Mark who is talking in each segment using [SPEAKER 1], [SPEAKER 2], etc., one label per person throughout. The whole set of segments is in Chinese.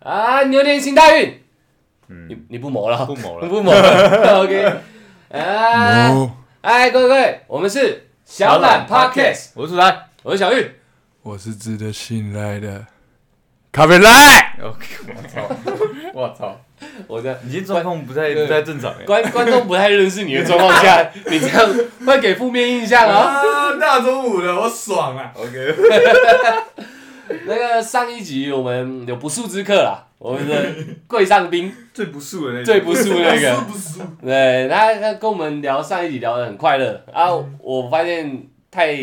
[SPEAKER 1] 啊，牛年行大运。你你不谋了，
[SPEAKER 2] 不谋 了
[SPEAKER 1] 不谋了。OK，哎
[SPEAKER 3] 哦，
[SPEAKER 1] 哎，各位各位，我们是小懒 Podcast，
[SPEAKER 2] 我是楚来。
[SPEAKER 1] 我是小玉。
[SPEAKER 3] 我是值得信赖的咖啡赖。
[SPEAKER 2] OK，我操，我操，
[SPEAKER 1] 我的
[SPEAKER 2] 你今天状况不太
[SPEAKER 1] 对
[SPEAKER 2] 不太正常哎。
[SPEAKER 1] 观 观众不太认识你的状况下，你这样会给负面印象啊。
[SPEAKER 2] 啊，大中午的，我爽啊。OK，
[SPEAKER 1] 那个上一集我们有不速之客啦，我们的贵上宾
[SPEAKER 2] 最不素的那
[SPEAKER 1] 最不速那个，
[SPEAKER 2] 不素。
[SPEAKER 1] 对，他他跟我们聊上一集聊得很快乐啊，我发现太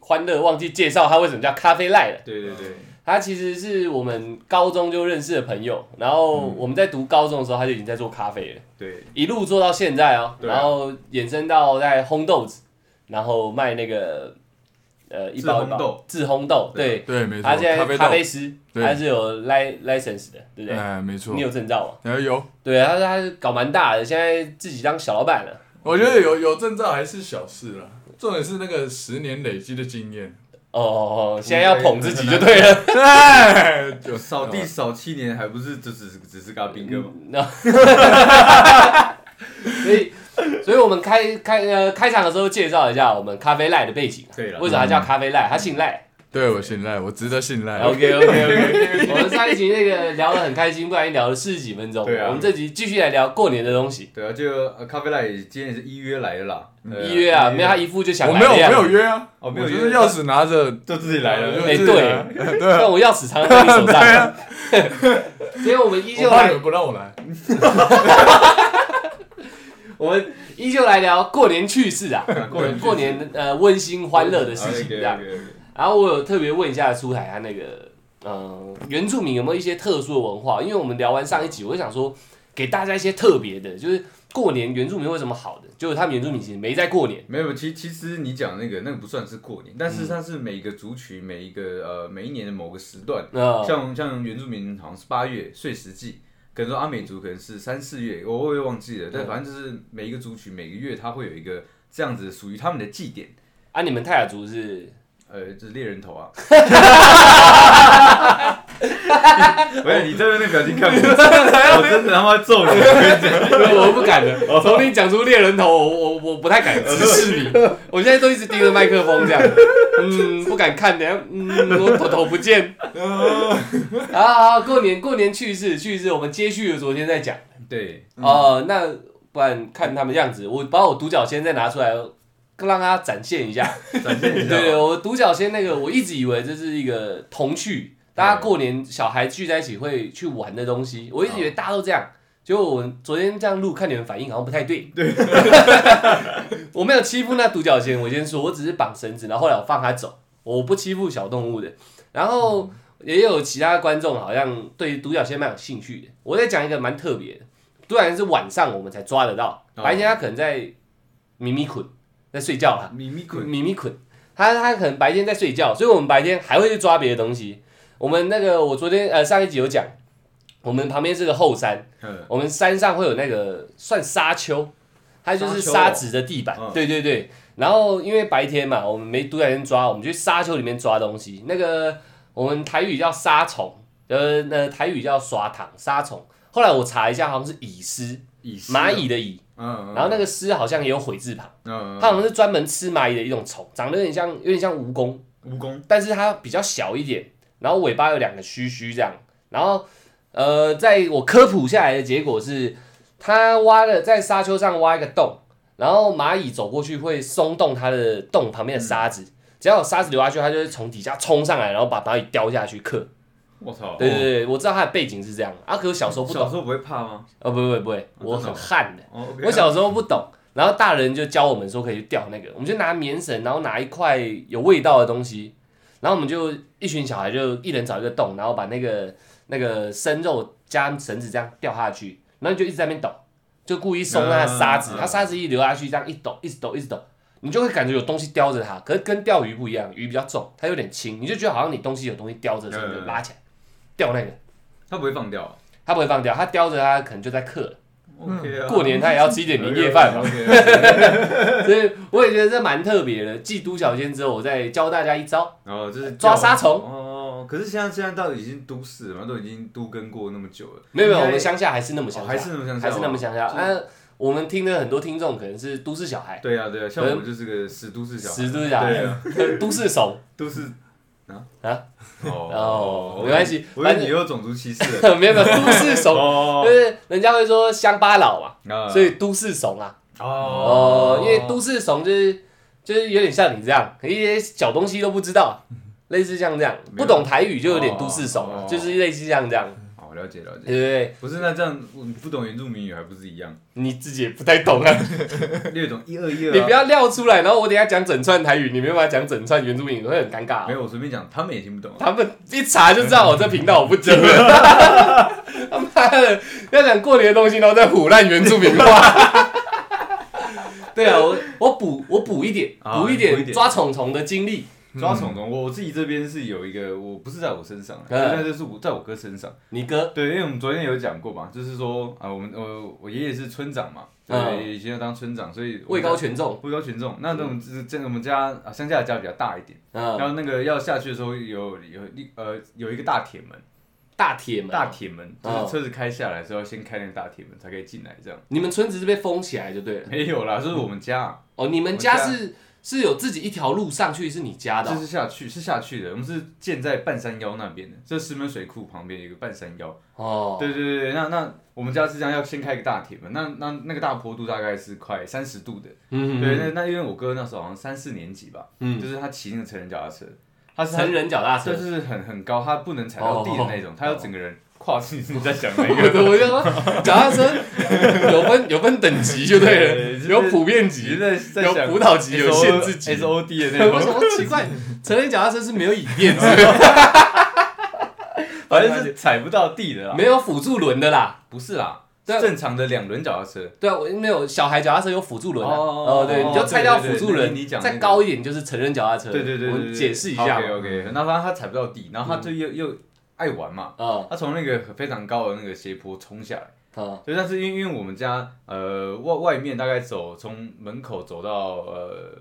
[SPEAKER 1] 欢乐，忘记介绍他为什么叫咖啡赖了。
[SPEAKER 2] 对对对，
[SPEAKER 1] 他其实是我们高中就认识的朋友，然后
[SPEAKER 2] 嗯
[SPEAKER 1] 我们在读高中的时候他就已经在做咖啡了，
[SPEAKER 2] 对
[SPEAKER 1] 一路做到现在哦，
[SPEAKER 2] 对啊
[SPEAKER 1] 然后衍生到在烘豆子，然后卖那个呃一包一
[SPEAKER 2] 自烘
[SPEAKER 1] 包
[SPEAKER 2] 豆
[SPEAKER 1] 自烘豆，
[SPEAKER 2] 对
[SPEAKER 1] 对，
[SPEAKER 3] 对，没错，
[SPEAKER 1] 他现在
[SPEAKER 3] 啡
[SPEAKER 1] 咖
[SPEAKER 3] 豆。
[SPEAKER 1] 啡师，
[SPEAKER 3] 对
[SPEAKER 1] 他是有 li license 的，对不对？
[SPEAKER 3] 哎，没错
[SPEAKER 1] 你。有证照吗？啊
[SPEAKER 3] 然后有，
[SPEAKER 1] 对，啊他他搞蛮大的，现在自己当小老板了。
[SPEAKER 3] 我觉得有有证照还是小事了，重点是那个十年累积的经验。
[SPEAKER 1] 哦哦，哦现在要捧自己就对了。
[SPEAKER 3] 哎，就
[SPEAKER 2] 扫地扫七年，还不是就只是只是嘎兵哥吗？
[SPEAKER 1] 那， 所以，所以我们开开呃开场的时候介绍一下我们咖啡赖的背景啊，
[SPEAKER 2] 对了
[SPEAKER 1] 为什么它叫咖啡赖？它姓赖。
[SPEAKER 3] 对我信赖，我值得信赖。
[SPEAKER 1] OK OK OK，我们上一集那个聊得很开心，不然聊了四十几分钟。
[SPEAKER 2] 对啊
[SPEAKER 1] 我们这集继续来聊过年的东西。
[SPEAKER 2] 对啊，就呃咖啡赖今天也是一约来的啦，对啊
[SPEAKER 1] 一月啊，没有他一副就想
[SPEAKER 3] 我
[SPEAKER 1] 来
[SPEAKER 3] 没有
[SPEAKER 1] 的
[SPEAKER 3] 我
[SPEAKER 1] 样
[SPEAKER 3] 没
[SPEAKER 1] 子
[SPEAKER 3] 有，约啊，
[SPEAKER 2] 哦
[SPEAKER 3] 我
[SPEAKER 2] 没有
[SPEAKER 3] 就
[SPEAKER 2] 约
[SPEAKER 3] 是钥匙拿着。
[SPEAKER 2] 就自己来了，
[SPEAKER 1] 哎
[SPEAKER 3] 就
[SPEAKER 1] 对
[SPEAKER 3] 是啊对啊
[SPEAKER 1] 但我钥匙常常在你手
[SPEAKER 3] 对
[SPEAKER 1] 上。
[SPEAKER 3] 啊，
[SPEAKER 1] 所以我们依旧
[SPEAKER 3] 我怕
[SPEAKER 1] 来
[SPEAKER 3] 你，们不让我来。
[SPEAKER 1] 我们依旧来聊过年趣事啊，
[SPEAKER 2] 过年
[SPEAKER 1] 过年呃温馨欢乐的事
[SPEAKER 2] 啊
[SPEAKER 1] 情这样。然后我有特别问一下苏海他那个，呃，原住民有没有一些特殊的文化？因为我们聊完上一集，我就想说给大家一些特别的，就是过年原住民为什么好的，就是他们原住民其实没在过年。
[SPEAKER 2] 没有，其其实你讲那个那个不算是过年，但是它是每一个族群、每一个呃每一年的某个时段，
[SPEAKER 1] 呃，
[SPEAKER 2] 像像原住民好像是八月岁时祭，可能说阿美族可能是三四月，我我也忘记
[SPEAKER 1] 嗯
[SPEAKER 2] 了，但反正就是每一个族群每个月它会有一个这样子属于他们的祭典，
[SPEAKER 1] 啊，你们泰雅族是
[SPEAKER 2] 呃，就是猎人头 啊。 不是你真的那表情 看不出来，我真的他妈揍你！
[SPEAKER 1] 我不敢的，从你讲出猎人头，我我我不太敢直视你，我现在都一直盯着麦克风这样，嗯，不敢看，等下，嗯，我头头不见。啊好好好，过年过年趣事趣事，我们接续了昨天在讲。
[SPEAKER 2] 对，
[SPEAKER 1] 哦，那不然看他们样子，我把我独角仙再拿出来，让他展现一下。
[SPEAKER 2] 展现
[SPEAKER 1] 对
[SPEAKER 2] 一下
[SPEAKER 1] 对，我独角仙那个，我一直以为这是一个童趣，大
[SPEAKER 2] 嗯
[SPEAKER 1] 家过年小孩聚在一起会去玩的东西，我一直以为大家都这样。结果我昨天这样录，看你们反应好像不太对。对， 我没有欺负那独角仙，我先说，我只是绑绳子，然后后来我放它走，我不欺负小动物的。然后也有其他观众好像对独角仙蛮有兴趣的。我再讲一个蛮特别的，突然是晚上我们才抓得到，
[SPEAKER 2] 哦
[SPEAKER 1] 白天它可能在咪咪捆，在睡觉啦。
[SPEAKER 2] 咪咪滚，
[SPEAKER 1] 咪咪捆，他他可能白天在睡觉，所以我们白天还会去抓别的东西。我们那个我昨天呃上一集有讲，我们旁边是个后山，
[SPEAKER 2] 嗯，
[SPEAKER 1] 我们山上会有那个算沙丘，它就是
[SPEAKER 2] 沙丘哦
[SPEAKER 1] 沙子的地板，
[SPEAKER 2] 嗯
[SPEAKER 1] 对对对。然后因为白天嘛，我们没独角仙抓，我们去沙丘里面抓东西。那个我们台语叫沙虫，呃，那台语叫刷糖沙虫。后来我查一下，好像是蚁丝，
[SPEAKER 2] 蚁丝啊
[SPEAKER 1] 蚂蚁，的蚁，
[SPEAKER 2] 嗯，嗯
[SPEAKER 1] 然后那个丝好像也有悔字旁。
[SPEAKER 2] 嗯，嗯
[SPEAKER 1] 它好像是专门吃蚂蚁的一种虫，长得有点像有点像蜈蚣，
[SPEAKER 2] 蜈蚣，
[SPEAKER 1] 但是它比较小一点，然后尾巴有两个须须这样。然后呃，在我科普下来的结果是，它挖了在沙丘上挖一个洞，然后蚂蚁走过去会松动它的洞旁边的沙子，只要有沙子流下去，它就会从底下冲上来，然后把蚂蚁叼下去克。
[SPEAKER 2] 我操！哦
[SPEAKER 1] 对对对，我知道它的背景是这样，啊，可我小时候不
[SPEAKER 2] 小
[SPEAKER 1] 懂，
[SPEAKER 2] 时候不会怕吗？
[SPEAKER 1] 呃、不不不不会，我
[SPEAKER 2] 真的
[SPEAKER 1] 很
[SPEAKER 2] 哦
[SPEAKER 1] 悍的。
[SPEAKER 2] 哦，OK 啊
[SPEAKER 1] 我小时候不懂，然后大人就教我们说可以去钓那个，我们就拿棉绳，然后拿一块有味道的东西，然后我们就一群小孩就一人找一个洞，然后把那个那个生肉加绳子这样掉下去，然后就一直在那边抖，就故意松那个沙子
[SPEAKER 2] 嗯嗯，嗯
[SPEAKER 1] 它沙子一流下去，这样一抖，一直抖，一直抖。你就会感觉有东西叼着它，可是跟钓鱼不一样，鱼比较重，它有点轻，你就觉得好像你东西有东西叼着，所以
[SPEAKER 2] 嗯
[SPEAKER 1] 你就拉起来钓那个，
[SPEAKER 2] 他不会放掉啊。
[SPEAKER 1] 它不会放掉，它叼着它可能就在克了。
[SPEAKER 2] OK 啊，
[SPEAKER 1] 过年它也要吃一点年夜饭嘛，
[SPEAKER 2] OK 啊。
[SPEAKER 1] 所以我也觉得这蛮特别的。继都小仙之后，我再教大家一招
[SPEAKER 2] 哦然后就是
[SPEAKER 1] 抓沙虫
[SPEAKER 2] 哦可是现在现在到底已经都市了嘛，都已经都跟过那么久了，
[SPEAKER 1] 没有没有，
[SPEAKER 2] 应
[SPEAKER 1] 我
[SPEAKER 2] 该
[SPEAKER 1] 们乡下还是那么乡
[SPEAKER 2] 哦
[SPEAKER 1] 下，
[SPEAKER 2] 还是那么乡下
[SPEAKER 1] 还是那么乡下。
[SPEAKER 2] 哦
[SPEAKER 1] 那我们听的很多听众可能是都市小孩，
[SPEAKER 2] 对啊对啊，像我们就是个死都市小孩，
[SPEAKER 1] 十嗯都市小孩
[SPEAKER 2] 对啊，
[SPEAKER 1] 都市怂
[SPEAKER 2] 都市啊
[SPEAKER 1] 啊，
[SPEAKER 2] 哦
[SPEAKER 1] 哦，没关系
[SPEAKER 2] 我以
[SPEAKER 1] 反
[SPEAKER 2] 为
[SPEAKER 1] 正
[SPEAKER 2] 你又种族歧 视了，
[SPEAKER 1] 没有没有都市怂，
[SPEAKER 2] 哦
[SPEAKER 1] 就，是人家会说乡巴佬嘛，
[SPEAKER 2] 啊
[SPEAKER 1] 所以都市怂啊。
[SPEAKER 2] 哦
[SPEAKER 1] 哦，，因为都市怂就是就是有点像你这样，一些小东西都不知道，类似像这样，
[SPEAKER 2] 嗯没
[SPEAKER 1] 不
[SPEAKER 2] 有
[SPEAKER 1] 懂台语就有点都市怂
[SPEAKER 2] 哦
[SPEAKER 1] 啊，就是类似像这样，
[SPEAKER 2] 好哦了解了
[SPEAKER 1] 对
[SPEAKER 2] 解，
[SPEAKER 1] 不对？
[SPEAKER 2] 不是那这样我不懂原住民语还不是一样，
[SPEAKER 1] 你自己也不太懂啊，
[SPEAKER 2] 略懂一二一
[SPEAKER 1] 你不
[SPEAKER 2] 二
[SPEAKER 1] 要
[SPEAKER 2] 啊，
[SPEAKER 1] 撂出来，然后我等一下讲整串台语，你没办法讲整串原住民语，会很尴尬啊
[SPEAKER 2] 没。有我随便讲，他们也听不懂啊，
[SPEAKER 1] 他们一查就知道我这频道我不听了。 他妈的，要讲过年的东西，然后再唬烂原住民话。 对啊，我我补我补一点，
[SPEAKER 2] 啊
[SPEAKER 1] 补一
[SPEAKER 2] 补一
[SPEAKER 1] 点
[SPEAKER 2] 点
[SPEAKER 1] 抓虫虫的经历。
[SPEAKER 2] 抓虫虫，我我自己这边是有一个，我不是在我身上啊，
[SPEAKER 1] 嗯
[SPEAKER 2] 但是是我在我哥身上。
[SPEAKER 1] 你哥，
[SPEAKER 2] 对，因为我们昨天有讲过嘛，就是说啊，我们我我爷爷是村长嘛，
[SPEAKER 1] 嗯
[SPEAKER 2] 对，以前要当村长，所以我
[SPEAKER 1] 位
[SPEAKER 2] 们
[SPEAKER 1] 高权重，
[SPEAKER 2] 位高权重。那这种这我们家啊，乡下的家比较大一点，然
[SPEAKER 1] 嗯，
[SPEAKER 2] 后那个要下去的时候有有一呃有一个大铁门，
[SPEAKER 1] 大铁门，
[SPEAKER 2] 大铁门就
[SPEAKER 1] 嗯
[SPEAKER 2] 是车子开下来的时候要先开那个大铁门才可以进来，这样
[SPEAKER 1] 你们村子是被封起来就对了。
[SPEAKER 2] 没有啦，就是我们家啊
[SPEAKER 1] 哦，你们
[SPEAKER 2] 我
[SPEAKER 1] 家
[SPEAKER 2] 家
[SPEAKER 1] 是是有自己一条路上去，是你家的
[SPEAKER 2] 这
[SPEAKER 1] 哦
[SPEAKER 2] 是下去是下去的，我们是建在半山腰那边的，这石门水库旁边有一个半山腰。
[SPEAKER 1] 哦，
[SPEAKER 2] 对对对，对那那我们家是这样，要先开一个大铁门，那那那个大坡度大概是快三十度的，
[SPEAKER 1] 嗯
[SPEAKER 2] 对，那那因为我哥那时候好像三四年级吧，
[SPEAKER 1] 嗯，
[SPEAKER 2] 就是他骑那个成人脚踏车，他是
[SPEAKER 1] 成人脚踏车
[SPEAKER 2] 就。是很很高，他不能踩到地的那种，
[SPEAKER 1] 哦
[SPEAKER 2] 他要整个人跨进去，你在想哪
[SPEAKER 1] 我
[SPEAKER 2] 个？
[SPEAKER 1] 的 我就说，脚踏车有分有分等级就对了，
[SPEAKER 2] 对就是
[SPEAKER 1] 有普遍级
[SPEAKER 2] 你，在在
[SPEAKER 1] 有
[SPEAKER 2] 想
[SPEAKER 1] 辅导级有限制级
[SPEAKER 2] S O D 的那
[SPEAKER 1] 为什
[SPEAKER 2] 种，
[SPEAKER 1] 么奇怪？成人脚踏车是没有椅 垫
[SPEAKER 2] 啊
[SPEAKER 1] 的，
[SPEAKER 2] 反正是踩不到地的啦，
[SPEAKER 1] 没有辅助轮的啦。
[SPEAKER 2] 不是啦，
[SPEAKER 1] 对啊
[SPEAKER 2] 正常的两轮脚踏车。
[SPEAKER 1] 对啊，我没有小孩脚踏车有辅助轮啊。
[SPEAKER 2] 哦
[SPEAKER 1] 哦，对，
[SPEAKER 2] 哦
[SPEAKER 1] 你就拆掉辅助
[SPEAKER 2] 对对
[SPEAKER 1] 轮
[SPEAKER 2] 对你，讲那个
[SPEAKER 1] 再高一点就是成人脚踏车。
[SPEAKER 2] 对对对对
[SPEAKER 1] 我
[SPEAKER 2] 对，
[SPEAKER 1] 们解释一下嘛。
[SPEAKER 2] OK OK，那反正他踩不到地，然后他就又又爱玩嘛，
[SPEAKER 1] 嗯
[SPEAKER 2] 他从那个非常高的那个斜坡冲下来。
[SPEAKER 1] 嗯
[SPEAKER 2] 对，但是因为因为我们家呃外外面大概走从门口走到呃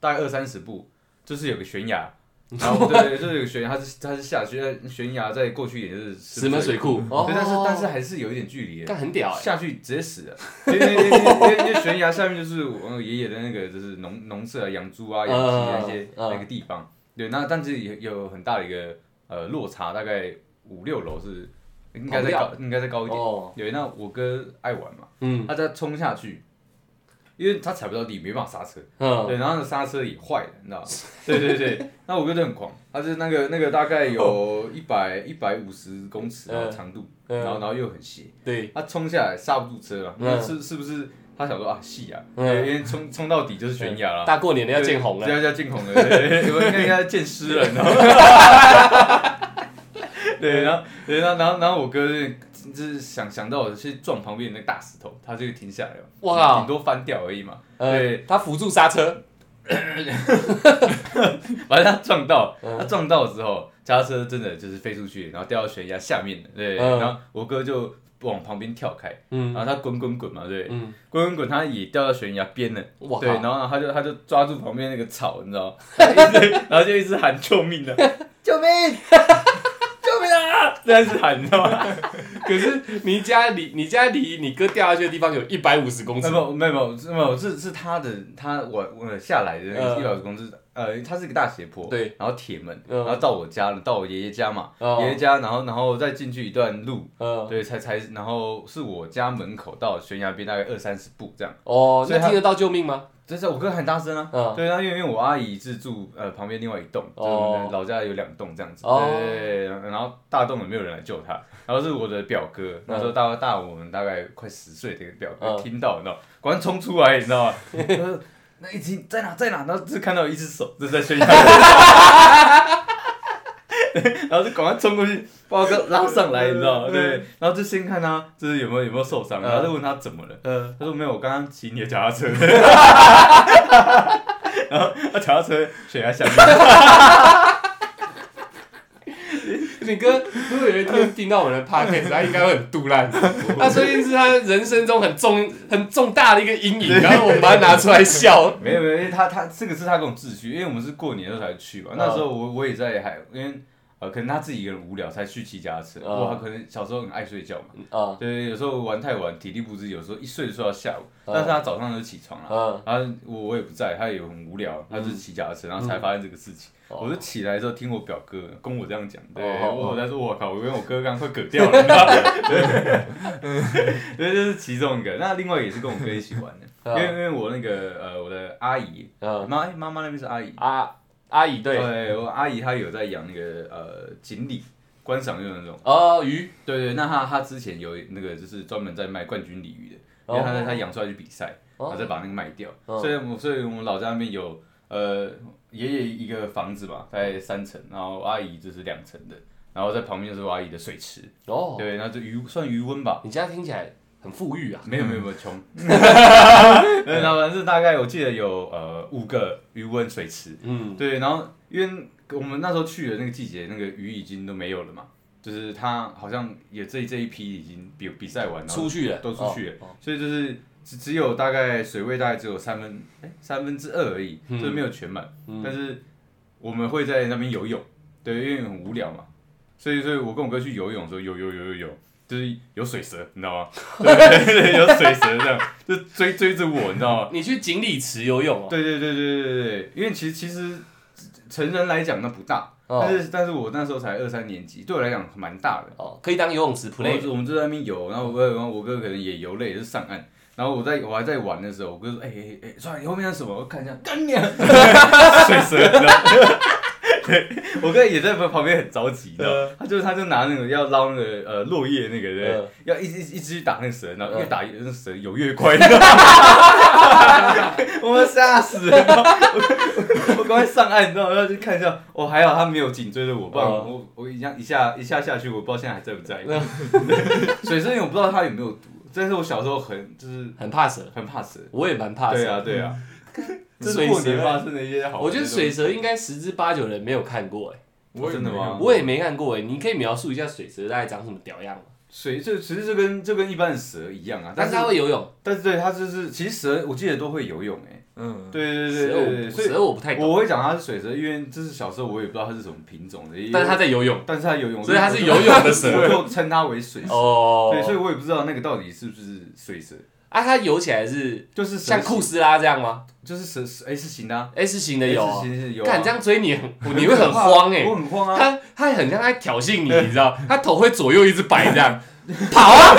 [SPEAKER 2] 大概二三十步，就是有个 悬崖，然后对对，就是有个悬崖，它是它是下去，但悬崖再过去一点就是
[SPEAKER 1] 石门水库。哦
[SPEAKER 2] 对，，但是但是还是有一点距离的，
[SPEAKER 1] 但很屌哎。
[SPEAKER 2] 下去直接死了，因为因为因为因为悬崖下面就是我爷爷的那个就是农农舍啊、养猪啊、养鸡那些
[SPEAKER 1] 嗯嗯
[SPEAKER 2] 那个地方，对，那但是有有很大的一个呃落差，大概五六楼是应该再
[SPEAKER 1] 跑
[SPEAKER 2] 高应该再高一点。
[SPEAKER 1] 哦，
[SPEAKER 2] 对，那我哥爱玩嘛，
[SPEAKER 1] 嗯
[SPEAKER 2] 他在冲下去，因为他踩不到地，没办法刹车，
[SPEAKER 1] 嗯，
[SPEAKER 2] 对，然后那刹车也坏了，你知道吗？ 对对对，那我哥就很狂，他是那个那个大概有一百一百五十公尺
[SPEAKER 1] 哦嗯
[SPEAKER 2] 然后长度，
[SPEAKER 1] 嗯
[SPEAKER 2] 然后然后又很斜，
[SPEAKER 1] 对，
[SPEAKER 2] 他冲下来刹不住车了，
[SPEAKER 1] 嗯
[SPEAKER 2] 那是是不是他想说啊细啊，因
[SPEAKER 1] 嗯
[SPEAKER 2] 为冲冲到底就是悬崖了。
[SPEAKER 1] 大过年的要见红了。
[SPEAKER 2] 要要见红了，啊对对对， 我应该应该见尸了，你 知道吗？哦对，然后，对，然后，然后，然后我哥就就是想想到我去撞旁边那个大石头，他就停下来了，
[SPEAKER 1] 哇靠
[SPEAKER 2] 顶多翻掉而已嘛。
[SPEAKER 1] 呃
[SPEAKER 2] 对，，
[SPEAKER 1] 他辅助刹车。
[SPEAKER 2] 反正他撞到，
[SPEAKER 1] 嗯
[SPEAKER 2] 他撞到之后，脚踏车真的就是飞出去，然后掉到悬崖下面了，对，
[SPEAKER 1] 嗯
[SPEAKER 2] 然后我哥就往旁边跳开，然
[SPEAKER 1] 嗯
[SPEAKER 2] 后他滚滚滚嘛，啊对，
[SPEAKER 1] 嗯，
[SPEAKER 2] 滚滚滚，他也掉到悬崖边了。
[SPEAKER 1] 我
[SPEAKER 2] 对，
[SPEAKER 1] 靠
[SPEAKER 2] 然。后他就他就抓住旁边那个草，你知道吗？ 然后一直然后就一直喊救命的，救命， 救命啊！这样子喊，你知道 吗？
[SPEAKER 1] 可是你家离你家离你哥掉下去的地方有一百五十公
[SPEAKER 2] 没
[SPEAKER 1] 尺。
[SPEAKER 2] 有没有没有没有，是是他的他我我下来的那
[SPEAKER 1] 嗯
[SPEAKER 2] 个一百公司，呃，它是一个大斜坡，
[SPEAKER 1] 对，
[SPEAKER 2] 然后铁门，
[SPEAKER 1] 嗯
[SPEAKER 2] 然后到我家了，到我爷爷家嘛，
[SPEAKER 1] 哦
[SPEAKER 2] 爷爷家，然后然后再进去一段路，
[SPEAKER 1] 嗯。
[SPEAKER 2] 对，才才然后是我家门口到悬崖边大概二三十步这样。
[SPEAKER 1] 哦，
[SPEAKER 2] 所
[SPEAKER 1] 那
[SPEAKER 2] 以他
[SPEAKER 1] 听得到救命吗？
[SPEAKER 2] 这是我哥很大声啊，
[SPEAKER 1] 嗯
[SPEAKER 2] 对，那因为因为我阿姨是住呃旁边另外一栋，就是
[SPEAKER 1] 哦
[SPEAKER 2] 我们老家有两栋这样子，
[SPEAKER 1] 哦
[SPEAKER 2] 对，然后大栋也没有人来救他，然后是我的表哥，那时候大大我们大概快十岁的一个表哥
[SPEAKER 1] 嗯
[SPEAKER 2] 听到，你知道，果然冲出来，你知道吗？他说那一听在哪在哪，然后就看到有一只手就在悬崖边， 然后就赶快冲过去把我哥拉上来，你知道吗？
[SPEAKER 1] 嗯
[SPEAKER 2] 对，然后就先看他就是有没有有没有受伤，然后就问他怎么了。
[SPEAKER 1] 嗯，
[SPEAKER 2] 他说没有，我刚刚骑你的脚踏车， 然后他脚踏车悬崖下面，
[SPEAKER 1] 你哥如果有一天听到我们的 podcast，他应该会很杜 烂。他说不定是他人生中很重、很重大的一个阴影，然后我们把它拿出来 笑。
[SPEAKER 2] 没有
[SPEAKER 1] 哦
[SPEAKER 2] 没有，因为他他这个是他跟我们自去，因为我们是过年的时候才去嘛，那时候我我也在海，因为。呃，可能他自己一个人无聊才去骑脚踏车。
[SPEAKER 1] 哦
[SPEAKER 2] 哇，他可能小时候很爱睡觉嘛，
[SPEAKER 1] 啊
[SPEAKER 2] 对，有时候玩太晚，体力不支，有时候一睡就睡到下午，
[SPEAKER 1] 哦
[SPEAKER 2] 但是他早上就起床了。
[SPEAKER 1] 啊
[SPEAKER 2] 然后我我也不在，他也很无聊，他就骑脚踏车，然后才发现这个事情。
[SPEAKER 1] 嗯哦
[SPEAKER 2] 我就起来之后听我表哥跟我这样讲，对，
[SPEAKER 1] 哦哦
[SPEAKER 2] 我我在说，我靠，我跟我哥刚刚快嗝掉了，你知道吗 对，对，就是其中一个。那另外也是跟我哥一起玩的，因
[SPEAKER 1] 哦
[SPEAKER 2] 为因为我那个呃我的阿姨，
[SPEAKER 1] 啊
[SPEAKER 2] 妈哎妈妈那边是阿姨，
[SPEAKER 1] 阿阿姨对
[SPEAKER 2] 对，我阿姨她有在养那个呃锦鲤，观赏用的那种。
[SPEAKER 1] 哦鱼
[SPEAKER 2] 对对，那她她之前有那个就是专门在卖冠军鲤鱼的，因
[SPEAKER 1] 哦
[SPEAKER 2] 为她她养出来去比赛，然
[SPEAKER 1] 哦
[SPEAKER 2] 后再把那个卖掉。
[SPEAKER 1] 哦
[SPEAKER 2] 所以我所以我们老家那边有呃爷爷一个房子吧，大概三层，然后阿姨就是两层的，然后在旁边就是我阿姨的水池，
[SPEAKER 1] 哦，
[SPEAKER 2] 对，那就余算余温吧。
[SPEAKER 1] 你这样听起来很富裕啊，
[SPEAKER 2] 没有没有没有穷，对然后反正大概我记得有呃五个余温水池，
[SPEAKER 1] 嗯
[SPEAKER 2] 对，然后因为我们那时候去的那个季节，那个鱼已经都没有了嘛，就是它好像也这这一批已经比比赛完了，
[SPEAKER 1] 出去了
[SPEAKER 2] 都出去了，
[SPEAKER 1] 哦
[SPEAKER 2] 所以就是只只有大概水位大概只有三分哎三分之二而已，
[SPEAKER 1] 嗯
[SPEAKER 2] 就是没有全满，
[SPEAKER 1] 嗯
[SPEAKER 2] 但是我们会在那边游泳，对，因为很无聊嘛，所以所以我跟我哥去游泳的时候游游游游游。就是有水蛇，你 知道吗？对对对，对有水蛇这样，就追追着我，你知道吗？
[SPEAKER 1] 哦你去锦鲤池游泳哦
[SPEAKER 2] 对对对对对对，因为其实其实成人来讲那不大，
[SPEAKER 1] 哦
[SPEAKER 2] 但是但是我那时候才二三年级，对我来讲蛮大的。
[SPEAKER 1] 哦，可以当游泳池 play
[SPEAKER 2] 我我们就在那边游，然后我哥然后我哥可能也游累，也是上岸。然后我在我还在玩的时候，我哥说：“哎哎哎，算了，你后面是什么？”我看一下，干你、啊， 水蛇，你知道吗？对，我哥也在旁边很着急，你知道吗，他就他就拿那个要捞那个呃落叶那个，对不对
[SPEAKER 1] 嗯
[SPEAKER 2] 要一直一直一直去打那个蛇，然后
[SPEAKER 1] 嗯
[SPEAKER 2] 越打越那蛇游越快，你知道吗我们吓死了，我赶快上岸，你知道吗？要去看一下，哦，还好他没有紧追着我，不然
[SPEAKER 1] 嗯
[SPEAKER 2] 我我一下一下一下下去，我不知道现在还在不在。水生鱼我不知道它有没有毒，但是我小时候很就是
[SPEAKER 1] 很怕蛇，
[SPEAKER 2] 很怕蛇。
[SPEAKER 1] 我也蛮怕
[SPEAKER 2] 对
[SPEAKER 1] 蛇。
[SPEAKER 2] 啊对啊，这是
[SPEAKER 1] 水
[SPEAKER 2] 过
[SPEAKER 1] 蛇
[SPEAKER 2] 年发生的一些好玩的东西。嗯
[SPEAKER 1] 我觉得水蛇应该十之八九人没有看过哎，
[SPEAKER 3] 我也
[SPEAKER 2] 真的
[SPEAKER 3] 没
[SPEAKER 2] 吗
[SPEAKER 3] 看过
[SPEAKER 1] 我也没看过哎，你可以描述一下水蛇大概长什么屌样吗？
[SPEAKER 2] 水这其实就跟就跟一般的蛇一样啊，但
[SPEAKER 1] 但是
[SPEAKER 2] 是
[SPEAKER 1] 它会游泳，
[SPEAKER 2] 但是对它就是其实蛇我记得都会游泳哎，
[SPEAKER 3] 嗯，
[SPEAKER 2] 对对对
[SPEAKER 1] 蛇
[SPEAKER 2] 对对，
[SPEAKER 1] 我
[SPEAKER 2] 所以
[SPEAKER 1] 蛇我不太懂，
[SPEAKER 2] 我会讲它是水蛇，因为这是小时候我也不知道它是什么品种的，因为
[SPEAKER 1] 但是它在游泳
[SPEAKER 2] 但是它游泳，
[SPEAKER 1] 所以它是游泳的蛇
[SPEAKER 2] 我就称它为水蛇。
[SPEAKER 1] 哦。
[SPEAKER 2] 对，所以我也不知道那个到底是不是水蛇，
[SPEAKER 1] 啊，它游起来是
[SPEAKER 2] 就是蛇
[SPEAKER 1] 像库斯拉这样吗
[SPEAKER 2] 就是蛇蛇 S 型的啊
[SPEAKER 1] ？S 型的游
[SPEAKER 2] ，S
[SPEAKER 1] 啊，
[SPEAKER 2] 型是有啊，
[SPEAKER 1] 干 这样追你很，
[SPEAKER 2] 我
[SPEAKER 1] 你会很慌哎。
[SPEAKER 2] 我很慌啊，
[SPEAKER 1] 他他很像在挑衅你，你知道？他头会左右一直摆这 样，跑啊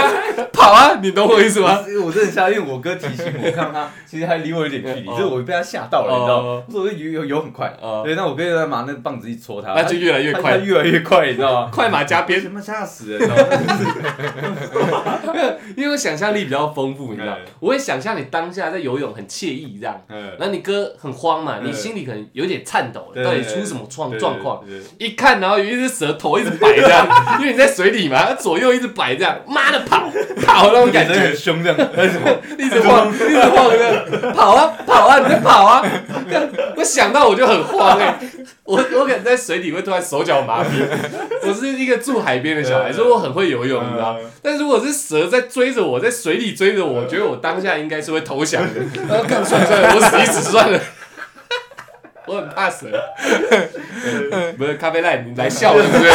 [SPEAKER 1] 跑啊，你懂我意思吗？
[SPEAKER 2] 不是 我真的吓，因为我哥提醒我，看到他其实还离我有点距离，
[SPEAKER 1] 哦
[SPEAKER 2] 所以我被他吓到了，你知道吗
[SPEAKER 1] 哦？
[SPEAKER 2] 我说我游游游很快，
[SPEAKER 3] 哦
[SPEAKER 1] 呃，
[SPEAKER 2] 对，那啊我哥就在拿那个棒子一戳他，
[SPEAKER 1] 那就越来越
[SPEAKER 2] 他他
[SPEAKER 1] 快，
[SPEAKER 2] 越来越快，你知 道吗？
[SPEAKER 1] 快马加鞭，
[SPEAKER 2] 什么吓死人，哦你知道吗？
[SPEAKER 1] 因为我想象力比较丰富，你知道
[SPEAKER 2] 嗯？
[SPEAKER 1] 我会想象你当下在游泳很惬意这样，
[SPEAKER 2] 嗯
[SPEAKER 1] 然后你哥很慌嘛，
[SPEAKER 2] 嗯
[SPEAKER 1] 你心里可能有点颤抖了，
[SPEAKER 2] 对
[SPEAKER 1] 到底出什么状状况？，
[SPEAKER 2] 哎对对对对
[SPEAKER 1] 一看，然后有一只蛇头一直摆这样，因为你在水里嘛，它左右一直摆这样，妈的跑跑那种感
[SPEAKER 2] 感觉
[SPEAKER 1] 觉
[SPEAKER 2] 很，凶这样，但是 我
[SPEAKER 1] 一直 晃，一直晃的，跑啊跑啊，你在跑啊！我想到我就很慌哎、我我可能在水里会突然手脚 麻痹。我是一个住海边的小孩，
[SPEAKER 2] 嗯
[SPEAKER 1] 所以我很会游泳，你知道吗
[SPEAKER 2] 嗯。
[SPEAKER 1] 但如果是蛇在追着我，在水里追着我，我觉得我当下应该是会投降 的。然后看呃算了算了，我死一死算了。 我很怕蛇，不是咖啡赖，你来笑了是不是？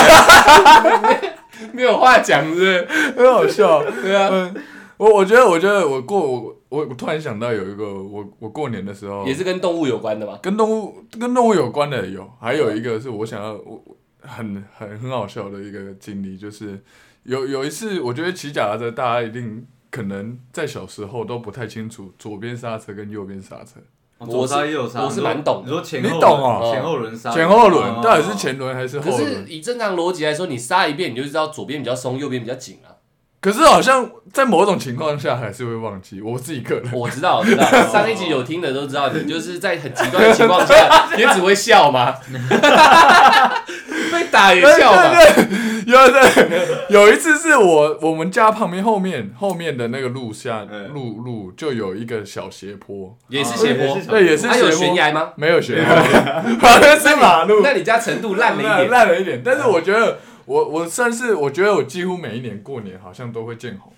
[SPEAKER 1] 没有话讲是不 是？
[SPEAKER 3] 很好笑。
[SPEAKER 1] 对啊，
[SPEAKER 3] 嗯，我我觉得，我觉得我过我我我突然想到有一个，我我过年的时候
[SPEAKER 1] 也是跟动物有关的嘛。
[SPEAKER 3] 跟动物跟动物有关的有，还有一个是我想要我我很很很好笑的一个经历，就是有有一次，我觉得骑脚踏车，大家一定可能在小时候都不太清楚左边刹车跟右边刹车，
[SPEAKER 2] 左刹右刹，
[SPEAKER 1] 我是蛮懂的
[SPEAKER 2] 你说前后
[SPEAKER 3] 你懂哦
[SPEAKER 2] 前后轮刹，
[SPEAKER 3] 前后轮
[SPEAKER 2] 哦
[SPEAKER 3] 到底是前轮还是
[SPEAKER 1] 可
[SPEAKER 3] 后
[SPEAKER 1] 是
[SPEAKER 3] 轮？
[SPEAKER 1] 以正常逻辑来说，你刹一遍你就知道左边比较松，右边比较紧 啊。
[SPEAKER 3] 可是好像在某种情况下还是会忘记，我自己个人。
[SPEAKER 1] 我知道，我 知道，上一集有听的都知道，你就是在很极端的情况下， 也只会笑嘛，被打也笑嘛。
[SPEAKER 3] 对对对有的有一次是我我们家旁边后面后面的那个路下
[SPEAKER 2] 嗯
[SPEAKER 3] 路路就有一个小斜坡，
[SPEAKER 1] 也是斜坡
[SPEAKER 2] 哦也是
[SPEAKER 3] 对，也是
[SPEAKER 1] 它
[SPEAKER 3] 斜
[SPEAKER 1] 有
[SPEAKER 3] 坡
[SPEAKER 1] 悬崖 吗？
[SPEAKER 3] 没 有悬崖，好像是马路，
[SPEAKER 1] 那你家程度烂了一点，
[SPEAKER 3] 烂了一点。但是我觉得，我我算是我觉得我几乎每一年过年好像都会见红，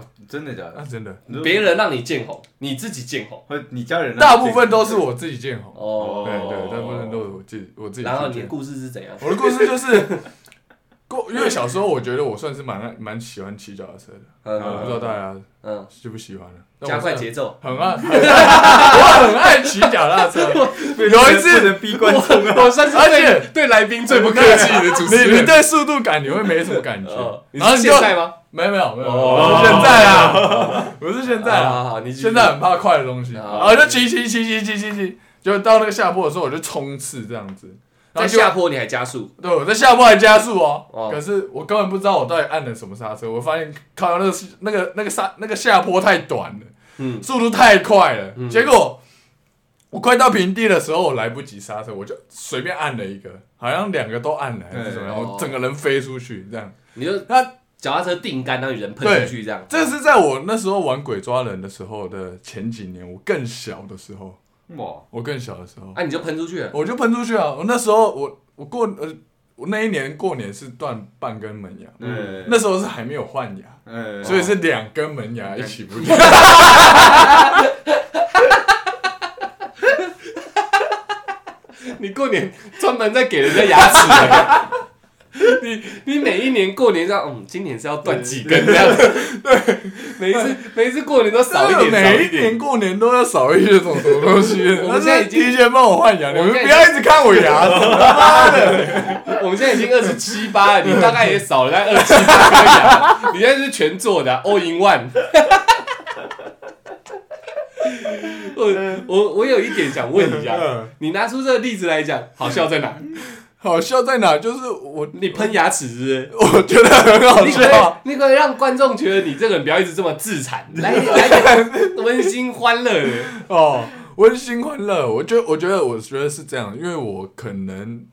[SPEAKER 2] 啊，真的假
[SPEAKER 3] 那、
[SPEAKER 2] 的？
[SPEAKER 3] 真的，
[SPEAKER 2] 如果
[SPEAKER 1] 别人让你见红，你自己见红。
[SPEAKER 2] 或者你家人啊
[SPEAKER 3] 大部分都是我自己见红。
[SPEAKER 1] 哦，
[SPEAKER 3] 对对，大部分都是我自己我自己去见。
[SPEAKER 1] 然后你的故事是怎样？
[SPEAKER 3] 我的故事就是， 过因为小时候我觉得我算是蛮爱蛮喜欢骑脚踏车的，我不
[SPEAKER 1] 嗯
[SPEAKER 3] 知道大家
[SPEAKER 1] 嗯，
[SPEAKER 3] 喜不喜欢了。但我
[SPEAKER 1] 加快
[SPEAKER 3] 是
[SPEAKER 1] 节奏。
[SPEAKER 3] 很爱， 很爱我很爱骑脚踏 车。
[SPEAKER 2] 不能
[SPEAKER 3] 有一次
[SPEAKER 2] 不能逼观众啊，
[SPEAKER 1] 我算是
[SPEAKER 3] 而
[SPEAKER 1] 对
[SPEAKER 3] 且
[SPEAKER 1] 对来 宾最
[SPEAKER 4] 最
[SPEAKER 1] 不
[SPEAKER 4] 不
[SPEAKER 1] 客
[SPEAKER 4] 客
[SPEAKER 1] 气
[SPEAKER 4] 气的主持
[SPEAKER 3] 你你
[SPEAKER 4] 人，
[SPEAKER 3] 对速度感你会没什么 感
[SPEAKER 1] 哦
[SPEAKER 3] 觉，
[SPEAKER 1] 你
[SPEAKER 3] 然后
[SPEAKER 1] 是
[SPEAKER 3] 你
[SPEAKER 1] 现
[SPEAKER 3] 就
[SPEAKER 1] 在吗？
[SPEAKER 3] 没有没有没有，
[SPEAKER 1] 哦
[SPEAKER 3] 我是现在 啊，我是现在
[SPEAKER 1] 好
[SPEAKER 3] 啊，
[SPEAKER 1] 好好，你继续
[SPEAKER 3] 现在很怕快的东西，
[SPEAKER 1] 啊
[SPEAKER 3] 然后就骑骑骑骑骑骑骑，就到那个下坡的时候我就冲刺这样子，
[SPEAKER 1] 在
[SPEAKER 3] 然后就
[SPEAKER 1] 下坡你还加速，
[SPEAKER 3] 对，我在下坡还加速哦，
[SPEAKER 1] 哦
[SPEAKER 3] 可是我根本不知道我到底按了什么刹车。我发现靠，那个那个那个刹那个下坡太短了，
[SPEAKER 1] 嗯，
[SPEAKER 3] 速度太快了，
[SPEAKER 1] 嗯
[SPEAKER 3] 结果我快到平地的时候，我来不及刹车，我就随便按了一个，好像两个都按了还是怎么样，
[SPEAKER 1] 嗯
[SPEAKER 3] 我整个人飞出去这样。
[SPEAKER 1] 你就
[SPEAKER 3] 那
[SPEAKER 1] 脚踏车定杆，让人喷出去这样。
[SPEAKER 3] 这是在我那时候玩鬼抓人的时候的前几年，我更小的时候，
[SPEAKER 2] 哇，
[SPEAKER 3] 我更小的时候，
[SPEAKER 1] 啊，你就喷出去了。
[SPEAKER 3] 我就喷出去啊！我那时候我我过呃，我那一年过年是断半根门牙，
[SPEAKER 2] 嗯，
[SPEAKER 3] 那时候是还没有换牙。
[SPEAKER 2] 嗯，
[SPEAKER 3] 所以是两根门牙一起不去。
[SPEAKER 1] 你过年专门在给人家牙齿的。 你你每一年过年这样，嗯，今年是要断几根这样子，对，每一次每一次过年都少一点，少
[SPEAKER 3] 每
[SPEAKER 1] 一
[SPEAKER 3] 一
[SPEAKER 1] 点。
[SPEAKER 3] 年过年都要少一些这种什么东西。
[SPEAKER 1] 我
[SPEAKER 3] 那
[SPEAKER 1] 们现在
[SPEAKER 3] 是
[SPEAKER 1] 已经
[SPEAKER 3] 提前帮我换牙，你
[SPEAKER 1] 我
[SPEAKER 3] 们
[SPEAKER 1] 们
[SPEAKER 3] 不
[SPEAKER 1] 现在已经
[SPEAKER 3] 要一直看我牙，
[SPEAKER 1] 我们现在已经二十七八 了，你大概也少了在二七八根牙，你现在是全做的、啊、，all in one。我我我有一点想问一下，
[SPEAKER 3] 嗯
[SPEAKER 1] 你拿出这个例子来讲，好笑在哪？
[SPEAKER 3] 好笑在哪？就是我，
[SPEAKER 1] 你 喷牙齿是不是？
[SPEAKER 3] 我觉得很好
[SPEAKER 1] 你可
[SPEAKER 3] 笑。
[SPEAKER 1] 以，你可以让观众觉得你这个人不要一直这么自 残，来 来点温馨欢乐的。
[SPEAKER 3] 哦，温馨欢乐。我觉得，我觉得，我觉得是这样，因为我可能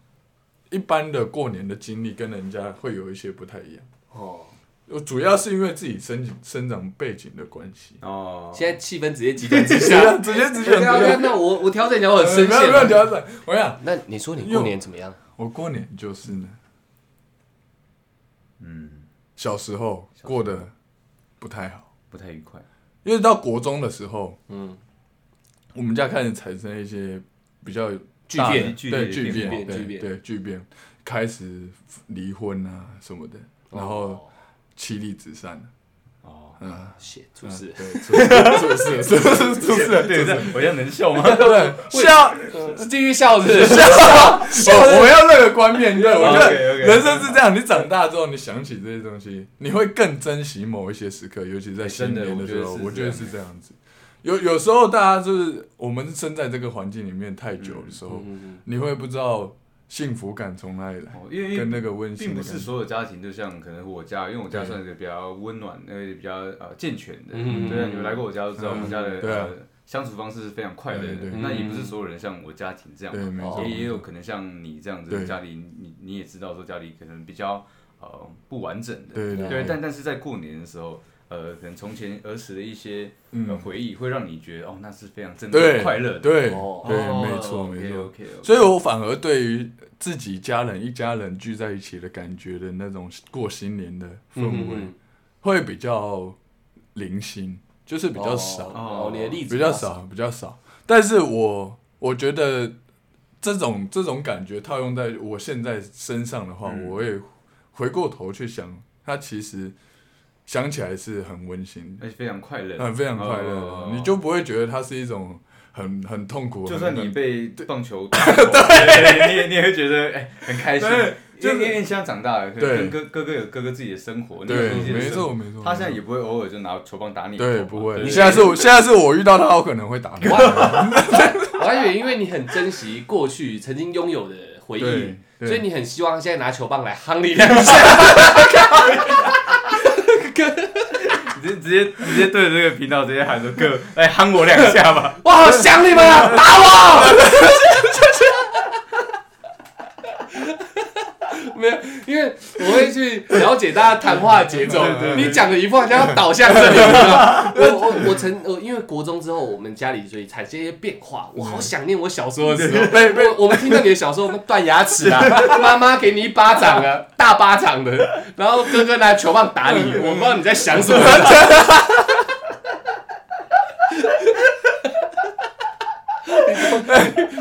[SPEAKER 3] 一般的过年的经历跟人家会有一些不太一样。
[SPEAKER 1] 哦，
[SPEAKER 3] 我主要是因为自己生生长背景的关系。
[SPEAKER 2] 哦，
[SPEAKER 1] 现在气氛直接急转直
[SPEAKER 3] 直
[SPEAKER 1] 下。
[SPEAKER 3] 接直接直接，
[SPEAKER 1] 对啊，对啊那我我调整一下我的声
[SPEAKER 3] 没有没有
[SPEAKER 1] 线。
[SPEAKER 3] 调整。我想
[SPEAKER 1] 啊那你说你过年怎么样？
[SPEAKER 3] 我过年就是呢，
[SPEAKER 2] 嗯，
[SPEAKER 3] 小时候过得不太好，
[SPEAKER 2] 不太愉快，
[SPEAKER 3] 因为到国中的时候，
[SPEAKER 1] 嗯，
[SPEAKER 3] 我们家开始产生一些比较
[SPEAKER 1] 巨
[SPEAKER 3] 大的
[SPEAKER 1] 变
[SPEAKER 2] 剧
[SPEAKER 3] 对
[SPEAKER 2] 烈
[SPEAKER 3] 巨
[SPEAKER 2] 的变
[SPEAKER 1] 化巨
[SPEAKER 3] 对
[SPEAKER 1] 变
[SPEAKER 3] 对巨变，开始离婚啊什么的，然后妻离子散，
[SPEAKER 2] 哦，
[SPEAKER 3] 嗯，
[SPEAKER 1] 写出事
[SPEAKER 3] 嗯，对，出事，出事，出事，
[SPEAKER 2] 啊 对，这我这样能笑吗？
[SPEAKER 3] 对，笑，
[SPEAKER 1] 是继续笑是不是？
[SPEAKER 3] 我我要那个观面对，我觉得
[SPEAKER 2] 哦 OK，OK
[SPEAKER 3] 人生是这样，你长大之后，你想起这些东西，你会更珍惜某一些时刻，尤其在新年时候，
[SPEAKER 2] 哎真的
[SPEAKER 3] 我
[SPEAKER 2] 我
[SPEAKER 3] 觉
[SPEAKER 2] 觉
[SPEAKER 3] 得
[SPEAKER 2] 得
[SPEAKER 3] 是
[SPEAKER 2] 是
[SPEAKER 3] 这样子。有有时候大家就是我们生在这个环境里面太久的
[SPEAKER 1] 嗯
[SPEAKER 3] 时
[SPEAKER 2] 嗯
[SPEAKER 3] 候，你会不知道幸福感从哪里来，
[SPEAKER 2] 哦因为
[SPEAKER 3] 跟那个温馨
[SPEAKER 2] 并
[SPEAKER 3] 的
[SPEAKER 2] 不
[SPEAKER 3] 感
[SPEAKER 2] 是
[SPEAKER 3] 觉。
[SPEAKER 2] 所有家庭，就像可能我家，因为我家
[SPEAKER 3] 对
[SPEAKER 2] 算是比较温暖，呃，比较呃健全的。
[SPEAKER 1] 嗯
[SPEAKER 2] 对啊，你们来过我家都知道，我
[SPEAKER 3] 嗯
[SPEAKER 2] 们家的
[SPEAKER 3] 对啊
[SPEAKER 2] 呃相处方式是非常快乐的
[SPEAKER 3] 对对。嗯
[SPEAKER 2] 那也不是所有人像我家庭这样
[SPEAKER 3] 对，没
[SPEAKER 2] 嘛，
[SPEAKER 3] 错，
[SPEAKER 1] 哦
[SPEAKER 2] 也也有可能像你这样
[SPEAKER 3] 对
[SPEAKER 2] 子，家里你你也知道说家里可能比较呃不完整的。
[SPEAKER 3] 对对
[SPEAKER 2] 对，
[SPEAKER 3] 对，
[SPEAKER 2] 但但是在过年的时候。呃，可能从前儿时的一些呃
[SPEAKER 3] 嗯，
[SPEAKER 2] 回忆，会让你觉得哦，那是非常真
[SPEAKER 3] 对
[SPEAKER 2] 的快乐的。
[SPEAKER 3] 对对，
[SPEAKER 1] 哦
[SPEAKER 3] 没错没错。
[SPEAKER 2] OK，
[SPEAKER 3] 所以我反而对于自己家人一家人聚在一起的感觉的那种过新年的氛围，
[SPEAKER 1] 嗯
[SPEAKER 3] 会比较零星，就是比较少，
[SPEAKER 1] 哦，你的例子
[SPEAKER 3] 比较，少，比较少。但是我我觉得这种这种感觉套用在我现在身上的话，
[SPEAKER 2] 嗯
[SPEAKER 3] 我也回过头去想，它其实想起来是很温馨的，
[SPEAKER 2] 而且非常快乐，
[SPEAKER 3] 啊很非常快乐的，
[SPEAKER 2] 哦
[SPEAKER 3] 你就不会觉得它是一种很很痛苦，
[SPEAKER 2] 就算
[SPEAKER 3] 很
[SPEAKER 2] 你
[SPEAKER 3] 很
[SPEAKER 2] 被棒 球打到，对，你也你也会觉得哎很开心
[SPEAKER 3] 对，
[SPEAKER 2] 因
[SPEAKER 3] 就是
[SPEAKER 2] 为因为像长大了，可
[SPEAKER 3] 对
[SPEAKER 2] 能哥哥哥有哥哥自己的生活，你有
[SPEAKER 3] 对
[SPEAKER 2] 自，己的
[SPEAKER 3] 没
[SPEAKER 2] 生
[SPEAKER 3] 错
[SPEAKER 2] 活。
[SPEAKER 3] 没错，
[SPEAKER 2] 他现在
[SPEAKER 3] 没
[SPEAKER 2] 也不会偶尔就拿球棒打你
[SPEAKER 3] 错
[SPEAKER 2] 头嘛，
[SPEAKER 3] 对不会，
[SPEAKER 2] 对
[SPEAKER 3] 你现在是我现在是我遇到他，我可能会打你。啊
[SPEAKER 1] 我还以为因为你很珍惜过去曾经拥有的回忆
[SPEAKER 3] 对，，对
[SPEAKER 1] 所以你很希望现在拿球棒来夯你两下。
[SPEAKER 2] 你直直接直接对着这个频道直接喊说哥来夯我两下 吧，
[SPEAKER 1] 我好想你们啊！ 打我！没有，因为为我会去了解大家谈话节奏
[SPEAKER 3] 对对。对
[SPEAKER 1] 你讲的一副好像要倒向这里，你知道吗 我我我曾我因为国中之后，我们家里所以产生一些变化，我好想念我小时候的时 候。我我们听到你的小时候，我们断牙齿 啊，妈妈给你一巴掌啊，大巴掌的，然后哥哥拿球棒打你，我不知道你在想 什么。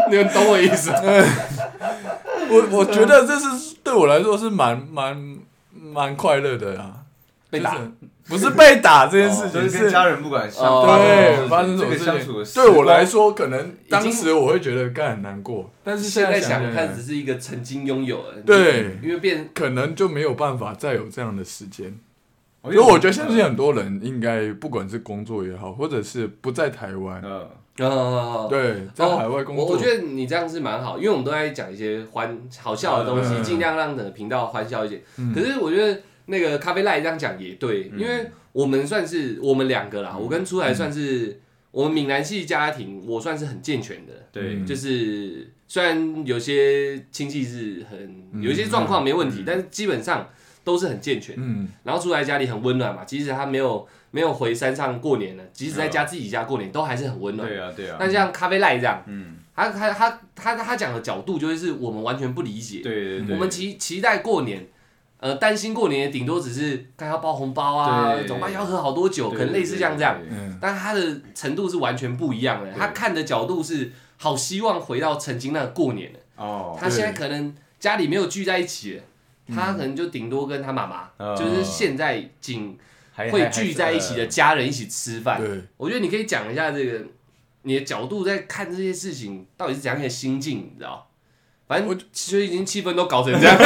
[SPEAKER 1] 你们懂我意思吗？
[SPEAKER 3] 我我觉得这是对我来说是蛮蛮蛮快乐的啦。
[SPEAKER 1] 被打，
[SPEAKER 3] 就是不是被打这件事
[SPEAKER 2] 就
[SPEAKER 3] 情，
[SPEAKER 2] 是哦跟
[SPEAKER 3] 是
[SPEAKER 2] 家人不管相
[SPEAKER 1] 哦
[SPEAKER 3] 对发生什
[SPEAKER 2] 这
[SPEAKER 3] 么
[SPEAKER 2] 个
[SPEAKER 3] 事
[SPEAKER 2] 相处的
[SPEAKER 3] 情，
[SPEAKER 2] 时
[SPEAKER 3] 对我
[SPEAKER 2] 光
[SPEAKER 3] 来说，可能当
[SPEAKER 1] 经
[SPEAKER 3] 时我会觉得干很难过，但是
[SPEAKER 1] 现在想
[SPEAKER 3] 想
[SPEAKER 1] 看，
[SPEAKER 3] 看
[SPEAKER 1] 只，是一个曾经拥有的，
[SPEAKER 3] 对
[SPEAKER 1] 因为变
[SPEAKER 3] 可能就没有办法再有这样的时间。
[SPEAKER 2] 因
[SPEAKER 3] 因为我觉得相信很多人应该，不管是工作也好，或者是不在台湾，
[SPEAKER 2] 呃，
[SPEAKER 1] 呃，
[SPEAKER 3] 对，在海外工
[SPEAKER 1] 我
[SPEAKER 3] 作，
[SPEAKER 1] 我觉得你这样是蛮好，因为我们都在讲一些欢好笑的东西，
[SPEAKER 3] 嗯
[SPEAKER 1] 尽量让整个频道欢笑一点。
[SPEAKER 3] 嗯
[SPEAKER 1] 可是我觉得那个咖啡赖这样讲也对，因为我们算是我们两个啦，
[SPEAKER 3] 嗯
[SPEAKER 1] 我跟出来算是我们闽南系家庭，我算是很健全的，
[SPEAKER 2] 对
[SPEAKER 3] 嗯，
[SPEAKER 1] 就是虽然有些亲戚是很
[SPEAKER 3] 嗯
[SPEAKER 1] 有一些状况没问题，但是基本上都是很健全。
[SPEAKER 3] 嗯，
[SPEAKER 1] 然后住在家里很温暖嘛，即使他没有没有回山上过年了，即使在家自己家过年，都还是很温暖。
[SPEAKER 2] 嗯对啊，对啊，
[SPEAKER 1] 但像咖啡赖这样，
[SPEAKER 2] 嗯，
[SPEAKER 1] 他他他他他讲的角度就会是我们完全不理解。
[SPEAKER 2] 对对对，
[SPEAKER 1] 我们期期待过年，呃，担心过年也顶多只是看要包红包啊，
[SPEAKER 2] 对
[SPEAKER 1] 怎么办要喝好多酒，
[SPEAKER 2] 对
[SPEAKER 1] 可能类似像这样。，
[SPEAKER 2] 对对对
[SPEAKER 3] 嗯
[SPEAKER 1] 但他的程度是完全不一样的，
[SPEAKER 2] 对
[SPEAKER 1] 他看的角度是好希望回到曾经那个过年的。
[SPEAKER 2] 哦，
[SPEAKER 1] 他现在可能家里没有聚在一起了，他可能就顶多跟他妈妈，
[SPEAKER 2] 嗯
[SPEAKER 1] 就是现在仅
[SPEAKER 2] 还呃
[SPEAKER 1] 会聚在一起的，家人一起吃饭。
[SPEAKER 3] 对，
[SPEAKER 1] 我觉得你可以讲一下这个你的角度在看这些事情到底是怎样的心境，你知道？反正我其实已经气氛都搞成这样，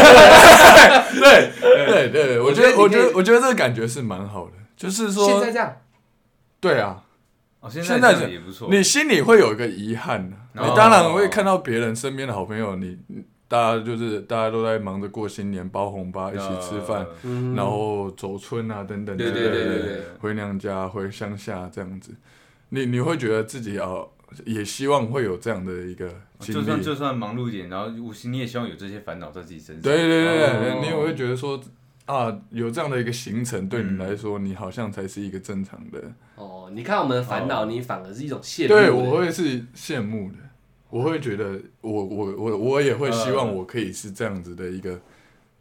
[SPEAKER 3] 对对对，我觉得
[SPEAKER 1] 我
[SPEAKER 3] 我
[SPEAKER 1] 觉得你可
[SPEAKER 3] 觉
[SPEAKER 1] 以
[SPEAKER 3] 得我觉得这个感觉是蛮好的，就是
[SPEAKER 1] 现在
[SPEAKER 3] 说，
[SPEAKER 1] 这样，
[SPEAKER 3] 对啊，
[SPEAKER 2] 哦，现
[SPEAKER 3] 现
[SPEAKER 2] 在
[SPEAKER 3] 在
[SPEAKER 2] 这样
[SPEAKER 3] 是
[SPEAKER 2] 也不错，
[SPEAKER 3] 你心里会有一个遗憾啊
[SPEAKER 2] 哦
[SPEAKER 3] 你当然会看到别人身边的好朋友，你大家就是大家都在忙着过新年、包红包、一起吃饭，
[SPEAKER 2] 呃，
[SPEAKER 1] 嗯，
[SPEAKER 3] 然后走村啊等等之
[SPEAKER 1] 对
[SPEAKER 3] 类
[SPEAKER 1] 对
[SPEAKER 3] 的，
[SPEAKER 1] 对对对，
[SPEAKER 3] 回娘家、回乡下这样子，你你会觉得自己哦，也希望会有这样的一个经
[SPEAKER 1] 哦
[SPEAKER 2] 呃就算
[SPEAKER 3] 历。
[SPEAKER 2] 就算忙碌一点，然后我心你也希望有这些烦恼在自己身上，
[SPEAKER 3] 对对对对，
[SPEAKER 1] 哦
[SPEAKER 3] 你也会觉得说啊，有这样的一个行程，对你来
[SPEAKER 1] 嗯
[SPEAKER 3] 说，你好像才是一个正常的。
[SPEAKER 1] 哦，你看我们的烦恼，你反而是一种羡慕。
[SPEAKER 3] 对，我会是羡慕的，我会觉得我我我我也会希望我可以是这样子的一个、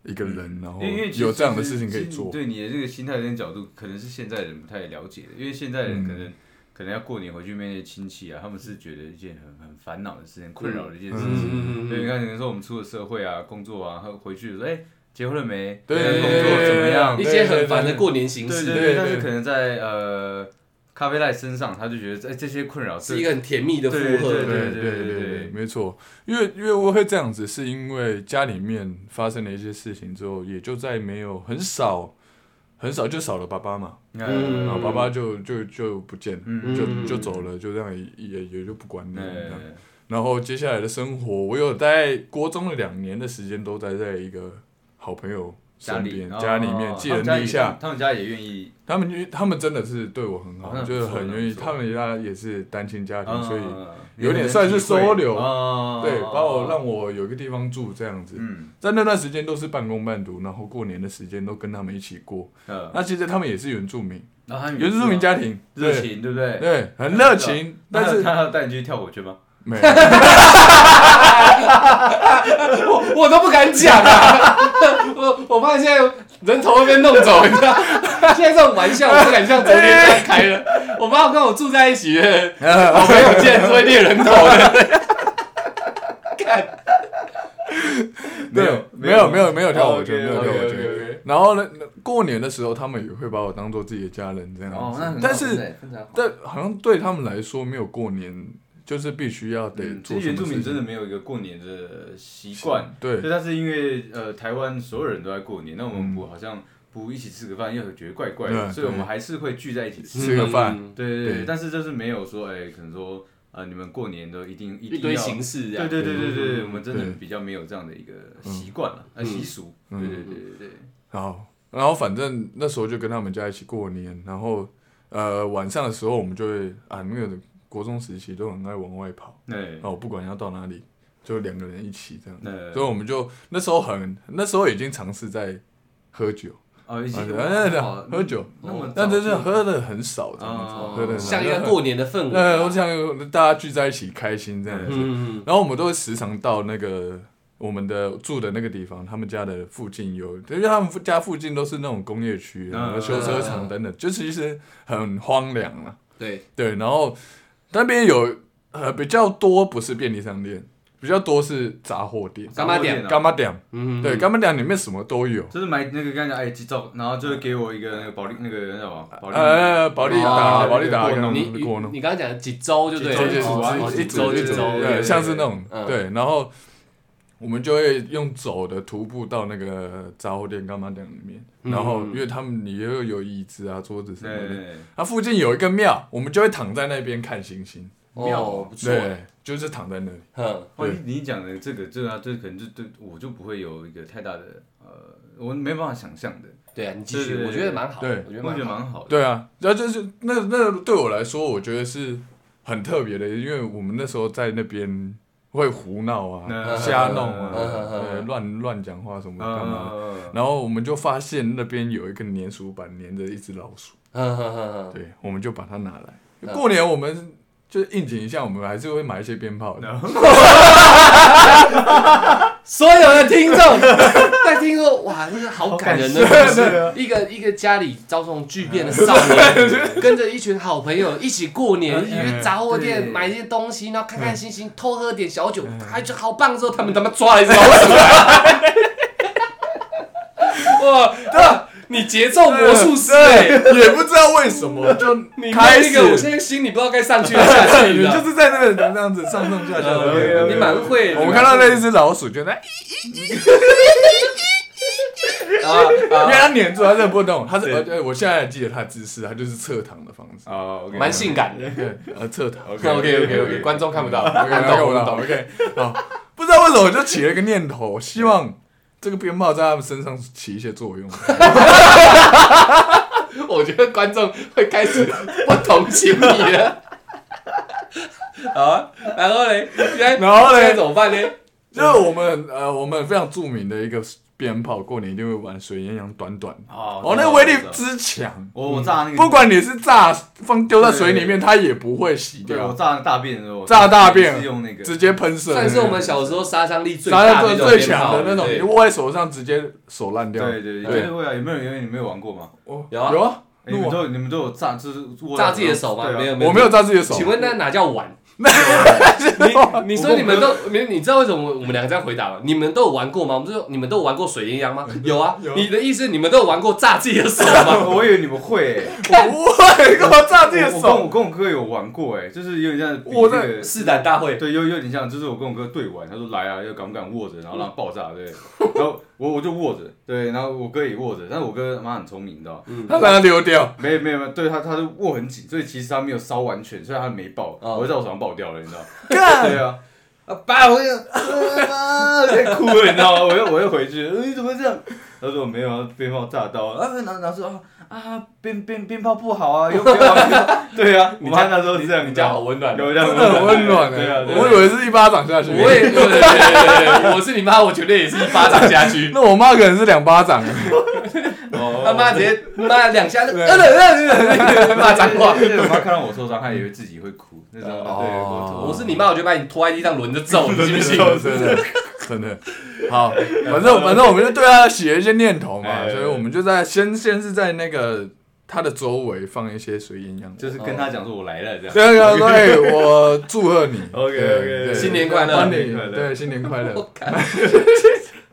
[SPEAKER 3] 一个人，然后
[SPEAKER 2] 呃嗯因为因为其实
[SPEAKER 3] 有这样的事情可以做。
[SPEAKER 2] 对你的这个心态跟角度，可能是现在人不太了解的，因为现在人可能、可能要过年回去面对亲戚啊，他们是觉得一件很很烦恼的事情，困扰的一件事情。
[SPEAKER 1] 嗯嗯嗯嗯
[SPEAKER 2] 所以你看，可能说我们出了社会啊，工作啊，和回去说，哎、结婚了没？
[SPEAKER 3] 对
[SPEAKER 2] 现在
[SPEAKER 1] 对
[SPEAKER 2] 工作怎么样？
[SPEAKER 1] 一
[SPEAKER 3] 对
[SPEAKER 1] 些很烦的过年形
[SPEAKER 2] 对
[SPEAKER 1] 式，
[SPEAKER 2] 对
[SPEAKER 3] 对
[SPEAKER 2] 对，但是
[SPEAKER 3] 对
[SPEAKER 2] 可能在呃咖啡赖身上，他就觉得哎、这些困扰
[SPEAKER 1] 是一个很甜蜜的负
[SPEAKER 2] 对
[SPEAKER 1] 荷。
[SPEAKER 2] 对
[SPEAKER 3] 对对
[SPEAKER 2] 对
[SPEAKER 3] 对
[SPEAKER 2] 对
[SPEAKER 3] 对，没错，因为因为我会这样子，是因为家里面发生了一些事情之后，也就再没有很少很少就少了爸爸嘛，
[SPEAKER 1] 嗯
[SPEAKER 3] 然
[SPEAKER 2] 嗯
[SPEAKER 3] 后爸爸就就就不见了，
[SPEAKER 2] 嗯
[SPEAKER 1] 嗯
[SPEAKER 3] 就就走了，就这样也也也就不管你了这样。
[SPEAKER 2] 嗯
[SPEAKER 3] 然后接下来的生活，我有在国中的两年的时间都待在一个好朋友
[SPEAKER 2] 家
[SPEAKER 3] 身
[SPEAKER 2] 里哦
[SPEAKER 3] 边，家里面寄人篱下，，
[SPEAKER 2] 他们家也愿意
[SPEAKER 3] 他们就他们真的是对我很
[SPEAKER 2] 哦
[SPEAKER 3] 好，
[SPEAKER 2] 那很
[SPEAKER 3] 就是
[SPEAKER 2] 不错
[SPEAKER 3] 很
[SPEAKER 2] 那
[SPEAKER 3] 愿意，
[SPEAKER 2] 很不错
[SPEAKER 3] 他们家也是单亲家庭，所以。
[SPEAKER 2] 嗯
[SPEAKER 3] 有点算是收留
[SPEAKER 2] 嗯
[SPEAKER 3] 对，把我让我有一个地方住这样子，
[SPEAKER 2] 嗯
[SPEAKER 3] 在那段时间都是半工半读，然后过年的时间都跟他们一起过。
[SPEAKER 2] 呃，
[SPEAKER 3] 那其实他们也是原住民，
[SPEAKER 2] 然后他们
[SPEAKER 3] 原住民家庭，
[SPEAKER 2] 嗯啊热
[SPEAKER 3] 对
[SPEAKER 2] 情，对不对？
[SPEAKER 3] 对，很热情，
[SPEAKER 2] 那
[SPEAKER 3] 但是
[SPEAKER 2] 他要带你去跳火圈吗？
[SPEAKER 3] 没有
[SPEAKER 1] 我我都不敢讲啊！ 我我怕现在人头会被弄走，你知道？ 现在这种玩笑我不敢像昨天这样开 了。我怕我跟我住在一起的好朋友竟然是会猎人头的。看，
[SPEAKER 2] 没
[SPEAKER 3] 没
[SPEAKER 2] 有
[SPEAKER 3] 有没有没有没有跳
[SPEAKER 2] 哦
[SPEAKER 3] 火圈，没有跳火
[SPEAKER 2] OK，OK，OK，OK
[SPEAKER 3] 圈。然后呢，过年的时候他们也会把我当做自己的家人这样
[SPEAKER 2] 哦，那
[SPEAKER 3] 子
[SPEAKER 2] 很，
[SPEAKER 3] 但是
[SPEAKER 2] 但
[SPEAKER 3] 但好像对他们来说，没有过年就是必须要得
[SPEAKER 2] 其
[SPEAKER 3] 做
[SPEAKER 2] 实嗯
[SPEAKER 3] 什
[SPEAKER 2] 原住
[SPEAKER 3] 么
[SPEAKER 2] 民
[SPEAKER 3] 事
[SPEAKER 2] 真的
[SPEAKER 3] 情。
[SPEAKER 2] 没有一个过年的习惯，
[SPEAKER 3] 对嗯
[SPEAKER 2] 所以他是因为呃台湾所有人都在过年，那我们不好像不一起吃个饭又觉得怪怪的，
[SPEAKER 3] 对
[SPEAKER 2] 所以我们还是会聚在一起吃。
[SPEAKER 3] 吃个饭
[SPEAKER 1] 嗯，
[SPEAKER 2] 对对对
[SPEAKER 3] 对，
[SPEAKER 2] 但是就是没有说哎，可能说呃你们过年都一定
[SPEAKER 1] 一
[SPEAKER 2] 一定
[SPEAKER 1] 堆
[SPEAKER 2] 要
[SPEAKER 1] 形式这
[SPEAKER 2] 对
[SPEAKER 1] 样。
[SPEAKER 2] 对对对对，
[SPEAKER 1] 嗯
[SPEAKER 2] 我们真的
[SPEAKER 3] 对
[SPEAKER 2] 比较没有这样的一个习惯了，呃习俗。对
[SPEAKER 3] 嗯
[SPEAKER 2] 对对对对，
[SPEAKER 3] 然后，然后反正那时候就跟他们家一起过年，然后呃晚上的时候我们就会啊那个国中时期都很爱往外跑，
[SPEAKER 2] 对
[SPEAKER 3] 哦不管要到哪里，就两个人一起这样，
[SPEAKER 2] 那
[SPEAKER 3] 所以我们就那时候很那时候已经尝试在喝酒，
[SPEAKER 2] 哦，已
[SPEAKER 3] 啊
[SPEAKER 2] 经
[SPEAKER 3] 对对对
[SPEAKER 2] 哇
[SPEAKER 3] 喝酒
[SPEAKER 2] 那么
[SPEAKER 3] 但
[SPEAKER 2] 早
[SPEAKER 3] 真哎是
[SPEAKER 2] 就
[SPEAKER 3] 喝的很少这样子，
[SPEAKER 2] 嗯哦
[SPEAKER 3] 喝的
[SPEAKER 1] 像一个过年的氛围
[SPEAKER 3] 呃，
[SPEAKER 1] 啊。
[SPEAKER 3] 我想大家聚在一起开心这样子，
[SPEAKER 1] 嗯，嗯
[SPEAKER 3] 然后我们都会时常到那个我们的住的那个地方，他们家的附近有，因为他们家附近都是那种工业区，
[SPEAKER 2] 嗯
[SPEAKER 3] 然后修车厂等等，就其实很荒凉了。
[SPEAKER 1] 对，
[SPEAKER 3] 对，然后那边有呃比较多不是便利商店，比较多是杂货店，
[SPEAKER 1] 干妈店
[SPEAKER 2] 啊
[SPEAKER 3] 干妈店，
[SPEAKER 1] 嗯，
[SPEAKER 3] 对，干妈店里面什么都有，
[SPEAKER 2] 就是买那个刚才哎鸡照，然后就会给我一个那个保利那个那叫什么保利，啊
[SPEAKER 3] 呃，保利达，
[SPEAKER 1] 哦
[SPEAKER 3] 保利达
[SPEAKER 2] 果
[SPEAKER 3] 跟
[SPEAKER 2] 农
[SPEAKER 1] 你
[SPEAKER 3] 果农
[SPEAKER 1] 你。你刚刚讲的几周就对
[SPEAKER 2] 几
[SPEAKER 1] 了，
[SPEAKER 2] 周就是
[SPEAKER 3] 啊
[SPEAKER 1] 哦
[SPEAKER 2] 一
[SPEAKER 1] 几
[SPEAKER 2] 周
[SPEAKER 1] 周
[SPEAKER 2] 一
[SPEAKER 1] 一
[SPEAKER 2] 周
[SPEAKER 1] 周，
[SPEAKER 3] 对，
[SPEAKER 2] 对
[SPEAKER 3] 像是那种
[SPEAKER 1] 嗯
[SPEAKER 3] 对，然后我们就会用走的徒步到那个杂货店干嘛店里面，
[SPEAKER 1] 嗯
[SPEAKER 3] 然后因为他们也有有椅子啊、桌子什么的，
[SPEAKER 2] 对，
[SPEAKER 3] 它附近有一个庙，我们就会躺在那边看星星，
[SPEAKER 1] 哦，不错，
[SPEAKER 3] 对，就是躺在那里，
[SPEAKER 1] 嗯，
[SPEAKER 2] 哇，
[SPEAKER 3] 对
[SPEAKER 2] 你你讲的这个，这个啊，这可能就对我就不会有一个太大的呃，我没办法想象的，
[SPEAKER 1] 对啊，你继续，
[SPEAKER 2] 对对对
[SPEAKER 1] 我觉得蛮好，
[SPEAKER 3] 对
[SPEAKER 1] 我
[SPEAKER 2] 我
[SPEAKER 1] 觉得
[SPEAKER 2] 觉得
[SPEAKER 1] 蛮好，
[SPEAKER 2] 蛮好的。
[SPEAKER 3] 对啊，然后就是那那对我来说，我觉得是很特别的，因为我们那时候在那边会胡闹啊、
[SPEAKER 2] 嗯
[SPEAKER 3] 瞎弄
[SPEAKER 1] 嗯嗯
[SPEAKER 3] 啊
[SPEAKER 1] 嗯、
[SPEAKER 3] 对乱乱讲话什么干嘛的。
[SPEAKER 2] 呃，
[SPEAKER 3] 然后我们就发现那边有一个粘鼠板粘着一只老鼠，
[SPEAKER 1] 嗯哼哼哼，
[SPEAKER 3] 对，我们就把它拿来。
[SPEAKER 1] 嗯
[SPEAKER 3] 过年我们就是应景一下，我们还是会买一些鞭炮
[SPEAKER 1] 嗯
[SPEAKER 3] 的。
[SPEAKER 1] 所有的听众 在听说，哇，这个好感人的故
[SPEAKER 2] 好感人
[SPEAKER 1] 事
[SPEAKER 2] 啊！
[SPEAKER 1] 一个一个家里遭逢巨变的少年，跟着一群好朋友一起过年，
[SPEAKER 2] 嗯
[SPEAKER 1] 一起去杂货店
[SPEAKER 2] 对
[SPEAKER 1] 买一些东西，然后看看星星，偷喝点小酒，还觉得好棒。之后他们他妈抓了一只老鼠来， 哇，那你节奏魔术师哎！
[SPEAKER 3] 对， 也不知道为什么 就
[SPEAKER 1] 你
[SPEAKER 3] 开
[SPEAKER 1] 那
[SPEAKER 3] 始
[SPEAKER 1] 个，我现在心里不知道该上去还是下去，
[SPEAKER 3] 你
[SPEAKER 1] 你知道
[SPEAKER 3] 就
[SPEAKER 1] 吗呃
[SPEAKER 3] 是在那个这样子上上下下的。
[SPEAKER 2] OK，OK
[SPEAKER 1] 你蛮会的。
[SPEAKER 3] 我们看到那一只老鼠，
[SPEAKER 1] 嗯
[SPEAKER 3] 就在，
[SPEAKER 1] 啊
[SPEAKER 3] 因为
[SPEAKER 1] 啊，
[SPEAKER 3] 它粘住，它真的不动。它是，
[SPEAKER 2] 对
[SPEAKER 3] 呃，对我现在还记得它的姿势，它就是侧躺的方
[SPEAKER 1] 啊
[SPEAKER 3] 式。
[SPEAKER 2] 哦，
[SPEAKER 1] 蛮性感的。
[SPEAKER 3] 对，呃，侧躺。
[SPEAKER 2] OK
[SPEAKER 1] OK OK OK，观众看不到，看
[SPEAKER 3] 看
[SPEAKER 1] 不
[SPEAKER 3] 到
[SPEAKER 1] 懂
[SPEAKER 3] 我
[SPEAKER 1] 我
[SPEAKER 3] 们
[SPEAKER 1] 们
[SPEAKER 3] 懂
[SPEAKER 1] 懂。
[SPEAKER 3] OK，好，不知道为什么我就起了一个念头，希望这个鞭炮在他们身上起一些作 用。
[SPEAKER 1] 我觉得观众会开始不同情你了。好啊，然后嘞，现在
[SPEAKER 3] 然后嘞
[SPEAKER 1] 现在怎么办呢？
[SPEAKER 3] 就是我们 呃，我们非常著名的一个鞭炮，过年一定会玩水烟枪短短，
[SPEAKER 2] 哦
[SPEAKER 3] 哦，那个威力之强，
[SPEAKER 2] 我我炸那个，
[SPEAKER 3] 不管你是炸放丢在水里面，它也不会洗
[SPEAKER 2] 对我
[SPEAKER 3] 掉，
[SPEAKER 2] 炸那个大便的时候，
[SPEAKER 3] 炸大
[SPEAKER 2] 我
[SPEAKER 3] 便
[SPEAKER 2] 是用那个
[SPEAKER 3] 直接喷射，
[SPEAKER 1] 算是我们小时候杀伤力最
[SPEAKER 3] 杀
[SPEAKER 1] 大
[SPEAKER 3] 伤
[SPEAKER 1] 的
[SPEAKER 3] 力
[SPEAKER 1] 那种
[SPEAKER 3] 最
[SPEAKER 1] 鞭
[SPEAKER 3] 强
[SPEAKER 1] 炮
[SPEAKER 3] 的那种，
[SPEAKER 1] 对
[SPEAKER 3] 你握在手上直接手烂掉。
[SPEAKER 2] 对对对，
[SPEAKER 3] 对
[SPEAKER 2] 对会啊，有没有人有你没有玩过吗？
[SPEAKER 3] 哦
[SPEAKER 1] 有啊
[SPEAKER 3] 有啊，
[SPEAKER 2] 哎你
[SPEAKER 3] 我
[SPEAKER 2] 们都你们都有炸，就是握
[SPEAKER 1] 炸自己的手吗？
[SPEAKER 2] 对啊
[SPEAKER 1] 没有没有，
[SPEAKER 3] 我没有。炸自己的手，
[SPEAKER 1] 请问那哪叫玩？你你说你们都没？你知道为什么我们两个这样回答吗？你们都有玩过吗？我们就说你们都有玩过水烟枪吗？有啊
[SPEAKER 3] 有。
[SPEAKER 1] 你的意思你们都有玩过炸自己的手吗？
[SPEAKER 2] 我以为你们会、欸，
[SPEAKER 3] 我不会，干嘛炸自己的
[SPEAKER 2] 我跟
[SPEAKER 3] 手？
[SPEAKER 2] 我跟我哥有玩过、欸，哎，就是有点像比
[SPEAKER 3] 我
[SPEAKER 2] 那
[SPEAKER 3] 在
[SPEAKER 2] 个
[SPEAKER 1] 试胆大会，
[SPEAKER 2] 对，有有点像，就是我跟我哥对玩，他说来啊，要敢不敢握着，然后让它爆炸，对，然后我我就握着，对，然后我哥也握着，但是我哥妈很聪明，你知道吗，
[SPEAKER 3] 他把它溜掉，
[SPEAKER 2] 没有没有没有，对他他就握很紧，所以其实他没有烧完全，所以他没爆，
[SPEAKER 1] 哦
[SPEAKER 2] 我就在我手上爆掉了，你知道吗，
[SPEAKER 3] 干
[SPEAKER 2] 对啊。啊！爸，我就啊，在哭了，你知道吗？我又我又回去，呃你怎么这样？他说没有啊，鞭炮炸到啊，啊拿拿出啊啊，鞭鞭鞭炮不好啊，又不要啊。对啊，我妈那时候是这样，
[SPEAKER 1] 你家好温暖。
[SPEAKER 2] 有这样
[SPEAKER 3] 真的很温暖
[SPEAKER 2] 对啊，
[SPEAKER 3] 的。
[SPEAKER 2] 对啊
[SPEAKER 3] 我以为是一巴掌下去，
[SPEAKER 1] 我也对对对对对，我是你妈，我绝对也是一巴掌下去。
[SPEAKER 3] 那我妈可能是两 巴掌。
[SPEAKER 2] 哦
[SPEAKER 1] 他妈直接妈两下，呃呃呃呃，骂脏话。
[SPEAKER 2] 我妈看到我受伤，她以为自己会哭，那种。对，
[SPEAKER 3] 哦
[SPEAKER 2] 我
[SPEAKER 1] 我是你妈，我就把你拖在地上轮着揍，你信不信？
[SPEAKER 3] 真的真的。好，反正反正我们就对他起了一些念头嘛，
[SPEAKER 2] 哎
[SPEAKER 3] 所以我们就在先先是在那个他的周围放一些水银样。
[SPEAKER 2] 就是跟她讲说我来了这样。
[SPEAKER 3] 对对对，我祝贺你
[SPEAKER 2] OK，OK，
[SPEAKER 3] 对
[SPEAKER 1] 新年快乐
[SPEAKER 3] 欢迎
[SPEAKER 2] 新年快乐
[SPEAKER 3] 对，新年快乐
[SPEAKER 1] 我。靠！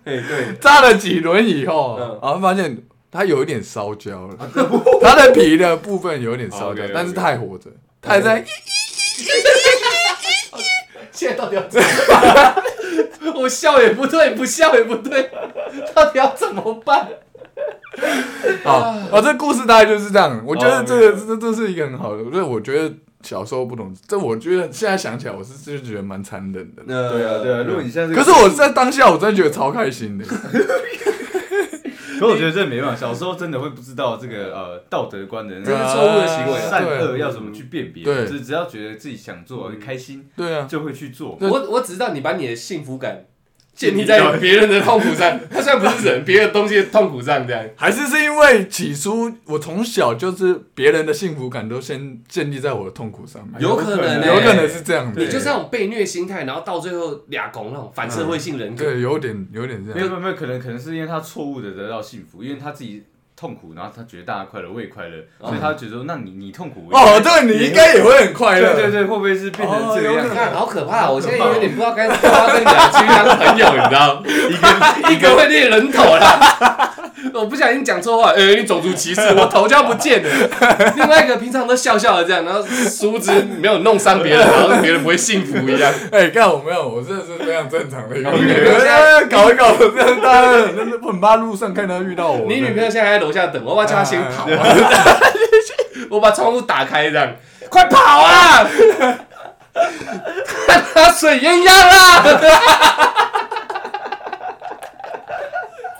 [SPEAKER 1] 哎对，
[SPEAKER 3] 炸了几轮以后，
[SPEAKER 1] 嗯
[SPEAKER 3] 然后发现它有一点烧焦了， 它的皮的部分有一点烧焦
[SPEAKER 2] 啊 OK，OK，
[SPEAKER 3] 但是它还活着，它还在。
[SPEAKER 1] 现在到底要怎么办？我笑也不对，不笑也不对，到底要怎么办？
[SPEAKER 3] 好，啊，这故事大概就是这样。我觉得
[SPEAKER 2] 哦
[SPEAKER 3] 这个
[SPEAKER 2] ，OK，OK
[SPEAKER 3] 这这是一个很好的，就是我觉得小时候不懂，这我觉得现在想起来，我是真的觉得蛮残忍的。
[SPEAKER 1] 对啊
[SPEAKER 2] 对啊，对啊，如果你现在
[SPEAKER 3] 可是我在当下，我真的觉得超开心的。
[SPEAKER 2] 可我觉得这没办法，小时候真的会不知道这个呃道德观的那
[SPEAKER 1] 这
[SPEAKER 2] 种
[SPEAKER 1] 是错误的行为
[SPEAKER 2] 啊善
[SPEAKER 3] 对
[SPEAKER 2] 恶要怎么去辨别，
[SPEAKER 3] 对
[SPEAKER 2] 只只要觉得自己想做开心
[SPEAKER 3] 对啊，
[SPEAKER 2] 就会去做。
[SPEAKER 1] 我我只知道你把你的幸福感建立在别人的痛苦上，他虽然不是人，别的东西的痛苦上这样。
[SPEAKER 3] 还是是因为起初我从小就是别人的幸福感都先建立在我的痛苦上面，
[SPEAKER 1] 有可能
[SPEAKER 3] 有
[SPEAKER 1] 欸
[SPEAKER 3] 可能是这样子，
[SPEAKER 1] 你就是那种被虐心态，然后到最后俩拱那种反社会性人格。
[SPEAKER 3] 对，有点有点这
[SPEAKER 2] 没有
[SPEAKER 3] 样，
[SPEAKER 2] 没有没有，可能可能是因为他错误的得到幸福，因为他自己痛苦，然后他觉得大家快乐，我也快乐，所以他觉得说，那你你痛苦，我也
[SPEAKER 3] 哦，对你应该也会很快乐，
[SPEAKER 2] 对对对，会不会是变成这个样
[SPEAKER 3] 哦有可
[SPEAKER 2] 子？
[SPEAKER 1] 看， 好可怕！我现在有点不知道该不要跟两军当朋友，你知道 吗？一个一个会猎人头啦。 我不小心讲错话，呃、你种族 歧视，我头就要不见了。另外一个平常都笑笑的这样，然后殊不知没有弄伤 别人，然后别人不会幸福一样。
[SPEAKER 3] 哎，干我没有，我这是非常正常的 一个
[SPEAKER 1] 你女
[SPEAKER 3] 人，
[SPEAKER 1] 朋友现
[SPEAKER 3] 哎搞一搞，这样大家很真的很怕路上看到遇到我。
[SPEAKER 1] 你女朋友现在还在楼下等我，我要叫她先跑、啊。 我把窗户打开，这样快跑啊！ 他水鸳鸯啦！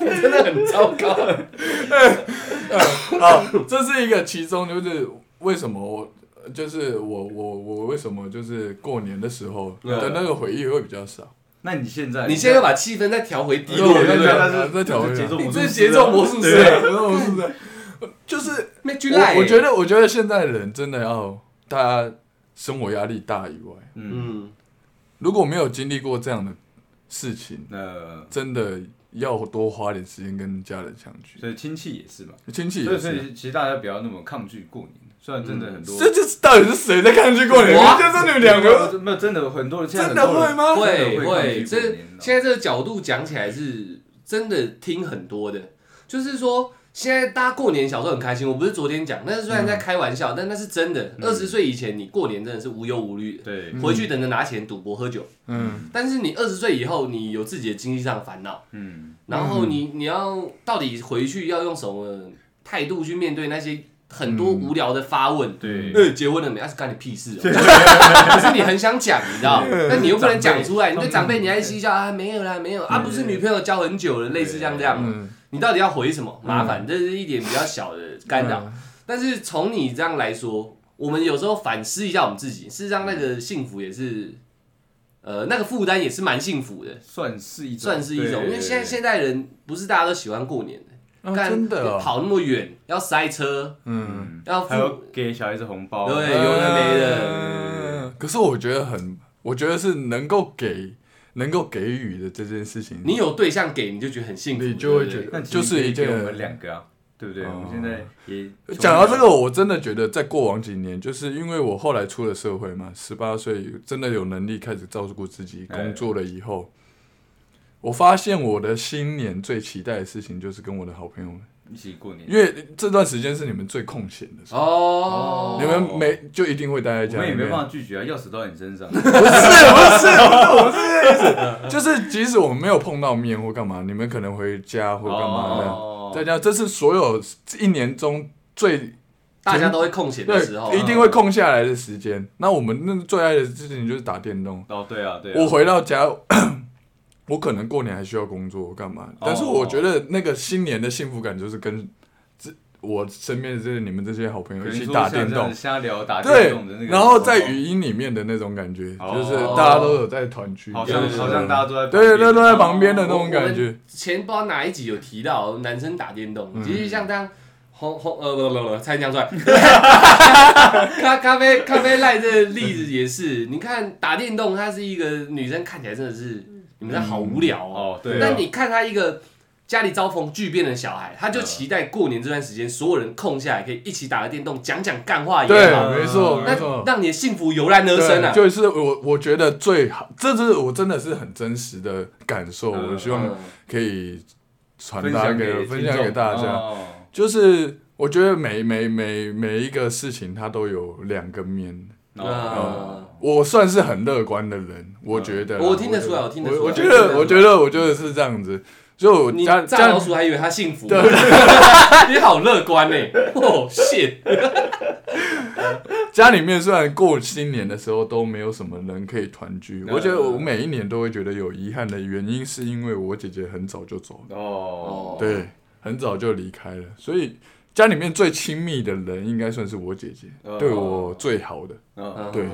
[SPEAKER 1] 我 真的很糟糕。
[SPEAKER 2] 嗯
[SPEAKER 3] 好，这是一个其中就是为什么我就是我我我为什么就是过年的时候的那个回忆会比较少，
[SPEAKER 2] 那你现在
[SPEAKER 1] 你现在又把气氛再调回低落，
[SPEAKER 3] 对
[SPEAKER 1] 对不
[SPEAKER 3] 对
[SPEAKER 1] 对？
[SPEAKER 2] 但是
[SPEAKER 3] 这条
[SPEAKER 2] 节奏啊魔
[SPEAKER 1] 你
[SPEAKER 2] 术
[SPEAKER 1] 这
[SPEAKER 2] 师
[SPEAKER 1] 是节奏魔术
[SPEAKER 3] 对
[SPEAKER 1] 师，
[SPEAKER 2] 哎
[SPEAKER 3] 我是不是？就是
[SPEAKER 1] 没去赖。
[SPEAKER 3] 我我觉，得我觉得现在人真的要大家生活压力大以外，
[SPEAKER 2] 嗯，
[SPEAKER 1] 嗯，
[SPEAKER 3] 如果没有经历过这样的事情，
[SPEAKER 2] 那
[SPEAKER 3] 真的要多花点时间跟家人相聚，
[SPEAKER 2] 所以亲戚也是嘛，
[SPEAKER 3] 亲戚
[SPEAKER 2] 所以
[SPEAKER 3] 也
[SPEAKER 2] 所
[SPEAKER 3] 是。
[SPEAKER 2] 以其实大家不要那么抗拒过年，虽然真的很多，
[SPEAKER 3] 这就是到底是谁在抗拒过年？
[SPEAKER 1] 我
[SPEAKER 3] 就是你们两个，
[SPEAKER 2] 没有真的很多人现在
[SPEAKER 3] 真
[SPEAKER 2] 很
[SPEAKER 3] 的
[SPEAKER 2] 多人
[SPEAKER 3] 会吗？
[SPEAKER 1] 嗯会
[SPEAKER 2] 真的会抗
[SPEAKER 1] 会，这
[SPEAKER 2] 拒过年
[SPEAKER 1] 现在这个角度讲起来是真的听很多的，就是说现在大家过年小时候很开心，我不是昨天讲，但是虽然在开玩笑，但那是真的。
[SPEAKER 2] 嗯
[SPEAKER 1] 二十岁以前你过年真的是无忧无虑的，
[SPEAKER 2] 对，
[SPEAKER 1] 回去等着拿钱赌博喝酒。
[SPEAKER 3] 嗯，
[SPEAKER 1] 但是你二十岁以后，你有自己的经济上的烦恼，
[SPEAKER 2] 嗯，
[SPEAKER 1] 然后你你要到底回去要用什么态度去面对那些很多无聊的发问？
[SPEAKER 2] 对，
[SPEAKER 1] 呃，结婚了没？那、是干你屁事哦、可是你很想讲，你知道？但你又不能讲出来，你对长辈你还嬉笑啊，没有啦，没有啊，不是女朋友交很久了，类似像这样，
[SPEAKER 3] 嗯
[SPEAKER 1] 你到底要回什么？麻烦，这是一点比较小的干扰。但是从你这样来说，我们有时候反思一下我们自己，事实上那个幸福也是，呃，那个负担也是蛮幸福的，
[SPEAKER 2] 算是
[SPEAKER 3] 啊
[SPEAKER 2] 一种，
[SPEAKER 1] 算是一种。
[SPEAKER 2] 对
[SPEAKER 1] 因为现在现代人不是大家都喜欢过年的，
[SPEAKER 3] 啊
[SPEAKER 1] 干
[SPEAKER 3] 真的哦，
[SPEAKER 1] 跑那么远，要塞车，
[SPEAKER 3] 嗯，
[SPEAKER 1] 要付
[SPEAKER 2] 还要给小孩子红包，啊
[SPEAKER 1] 对哎有的没的
[SPEAKER 3] 嗯。可是我觉得很，我觉得是能够给，能够给予的这件事情，
[SPEAKER 1] 你有对象给，你就觉得很幸福，
[SPEAKER 3] 你就会觉
[SPEAKER 2] 那
[SPEAKER 3] 得
[SPEAKER 2] 其实
[SPEAKER 3] 就是一
[SPEAKER 2] 给
[SPEAKER 3] 件
[SPEAKER 2] 我们两个啊，对不对？
[SPEAKER 3] 哦
[SPEAKER 2] 我们现在也
[SPEAKER 3] 讲到这个，，我真的觉得在过往几年，就是因为我后来出了社会嘛，十八岁真的有能力开始照顾自己，
[SPEAKER 2] 哎
[SPEAKER 3] 工作了以后，我发现我的新年最期待的事情就是跟我的好朋友们，
[SPEAKER 2] 一起过年，
[SPEAKER 3] 因为这段时间是你们最空闲的时候，
[SPEAKER 1] 哦，
[SPEAKER 3] 你们每就一定会待在
[SPEAKER 2] 我
[SPEAKER 3] 家
[SPEAKER 2] 们
[SPEAKER 3] 里
[SPEAKER 2] 也没
[SPEAKER 3] 面。
[SPEAKER 2] 办法拒绝啊，钥匙都在你 身上，
[SPEAKER 3] 不是不是不是不是， 就是即使我们没有碰到面或干嘛，你们可能回家或干嘛的，
[SPEAKER 2] 哦
[SPEAKER 3] 在家这是所有一年中最
[SPEAKER 1] 大家都会空闲的时候，啊
[SPEAKER 2] 啊
[SPEAKER 3] 对，一定会空下来的时间。那我们那最爱的事情就是打电动。
[SPEAKER 2] 哦，对啊，对啊，
[SPEAKER 3] 我回到家， 我可能过年还需要工作干嘛，
[SPEAKER 2] 哦
[SPEAKER 3] 但是我觉得那个新年的幸福感就是跟这我身边的这些你们这些好朋友
[SPEAKER 2] 可能
[SPEAKER 3] 一
[SPEAKER 2] 说
[SPEAKER 3] 起
[SPEAKER 2] 像
[SPEAKER 3] 打电
[SPEAKER 2] 这样
[SPEAKER 3] 动
[SPEAKER 2] 子，瞎聊打电
[SPEAKER 3] 对
[SPEAKER 2] 动的那，个，
[SPEAKER 3] 然后在语音里面的那种感觉，
[SPEAKER 2] 哦
[SPEAKER 3] 就是大家都有在团聚，
[SPEAKER 2] 好
[SPEAKER 1] 对
[SPEAKER 2] 像
[SPEAKER 1] 对对
[SPEAKER 2] 好像大家都在
[SPEAKER 3] 对对对，都在
[SPEAKER 2] 旁
[SPEAKER 3] 旁边的那种感
[SPEAKER 1] 我
[SPEAKER 3] 觉。嗯
[SPEAKER 1] 前不知道哪一集有提到男生打电动，其实像这样。红红呃不不不，差点讲出来。 咖咖啡咖啡赖这个例子也是，你看打电动，她是一个女生，看起来真的是你们这好无聊
[SPEAKER 3] 嗯
[SPEAKER 2] 边
[SPEAKER 1] 哦。
[SPEAKER 2] 哦，对啊，
[SPEAKER 1] 但你看她一个家里遭逢巨变的小孩，她就期待过年这段时间，所有人空下来可以一起打个电动，讲讲干话
[SPEAKER 3] 对
[SPEAKER 1] 也好，，
[SPEAKER 3] 没错，没
[SPEAKER 1] 那
[SPEAKER 3] 错。
[SPEAKER 1] 让你的幸福油然而生啊
[SPEAKER 3] 对，。就是我，我觉得最好，这是我真的是很真实的感受，
[SPEAKER 2] 嗯
[SPEAKER 3] 我希望
[SPEAKER 1] 嗯
[SPEAKER 3] 可以传
[SPEAKER 2] 分
[SPEAKER 3] 达
[SPEAKER 2] 享
[SPEAKER 3] 给
[SPEAKER 2] 给
[SPEAKER 3] 分
[SPEAKER 2] 听
[SPEAKER 3] 享给
[SPEAKER 2] 众
[SPEAKER 3] 大家。
[SPEAKER 2] 哦
[SPEAKER 3] 就是我觉得每每每每一个事情，它都有两个面。
[SPEAKER 2] 哦
[SPEAKER 3] 我算是很乐观的人，我觉得啦。
[SPEAKER 1] 哦我听得出来我听得出来
[SPEAKER 3] 我我觉
[SPEAKER 1] 我听得出
[SPEAKER 3] 得，
[SPEAKER 1] 来
[SPEAKER 3] 我觉得，我觉得是这样子。所以我
[SPEAKER 1] 你
[SPEAKER 3] 家
[SPEAKER 1] 炸
[SPEAKER 3] 家
[SPEAKER 1] 老鼠还以为他幸福， 你好乐观呢、哦，谢，
[SPEAKER 3] 家里面虽然过新年的时候都没有什么人可以团聚，
[SPEAKER 2] 嗯
[SPEAKER 3] 我觉得我每一年都会觉得有遗憾的原因，是因为我姐姐很早就走了。
[SPEAKER 2] 哦，
[SPEAKER 1] 哦
[SPEAKER 3] 对，很早就离开了，所以家里面最亲密的人应该算是我姐姐，
[SPEAKER 2] 哦
[SPEAKER 3] 对我最好的。
[SPEAKER 2] 嗯，
[SPEAKER 1] 嗯
[SPEAKER 3] 对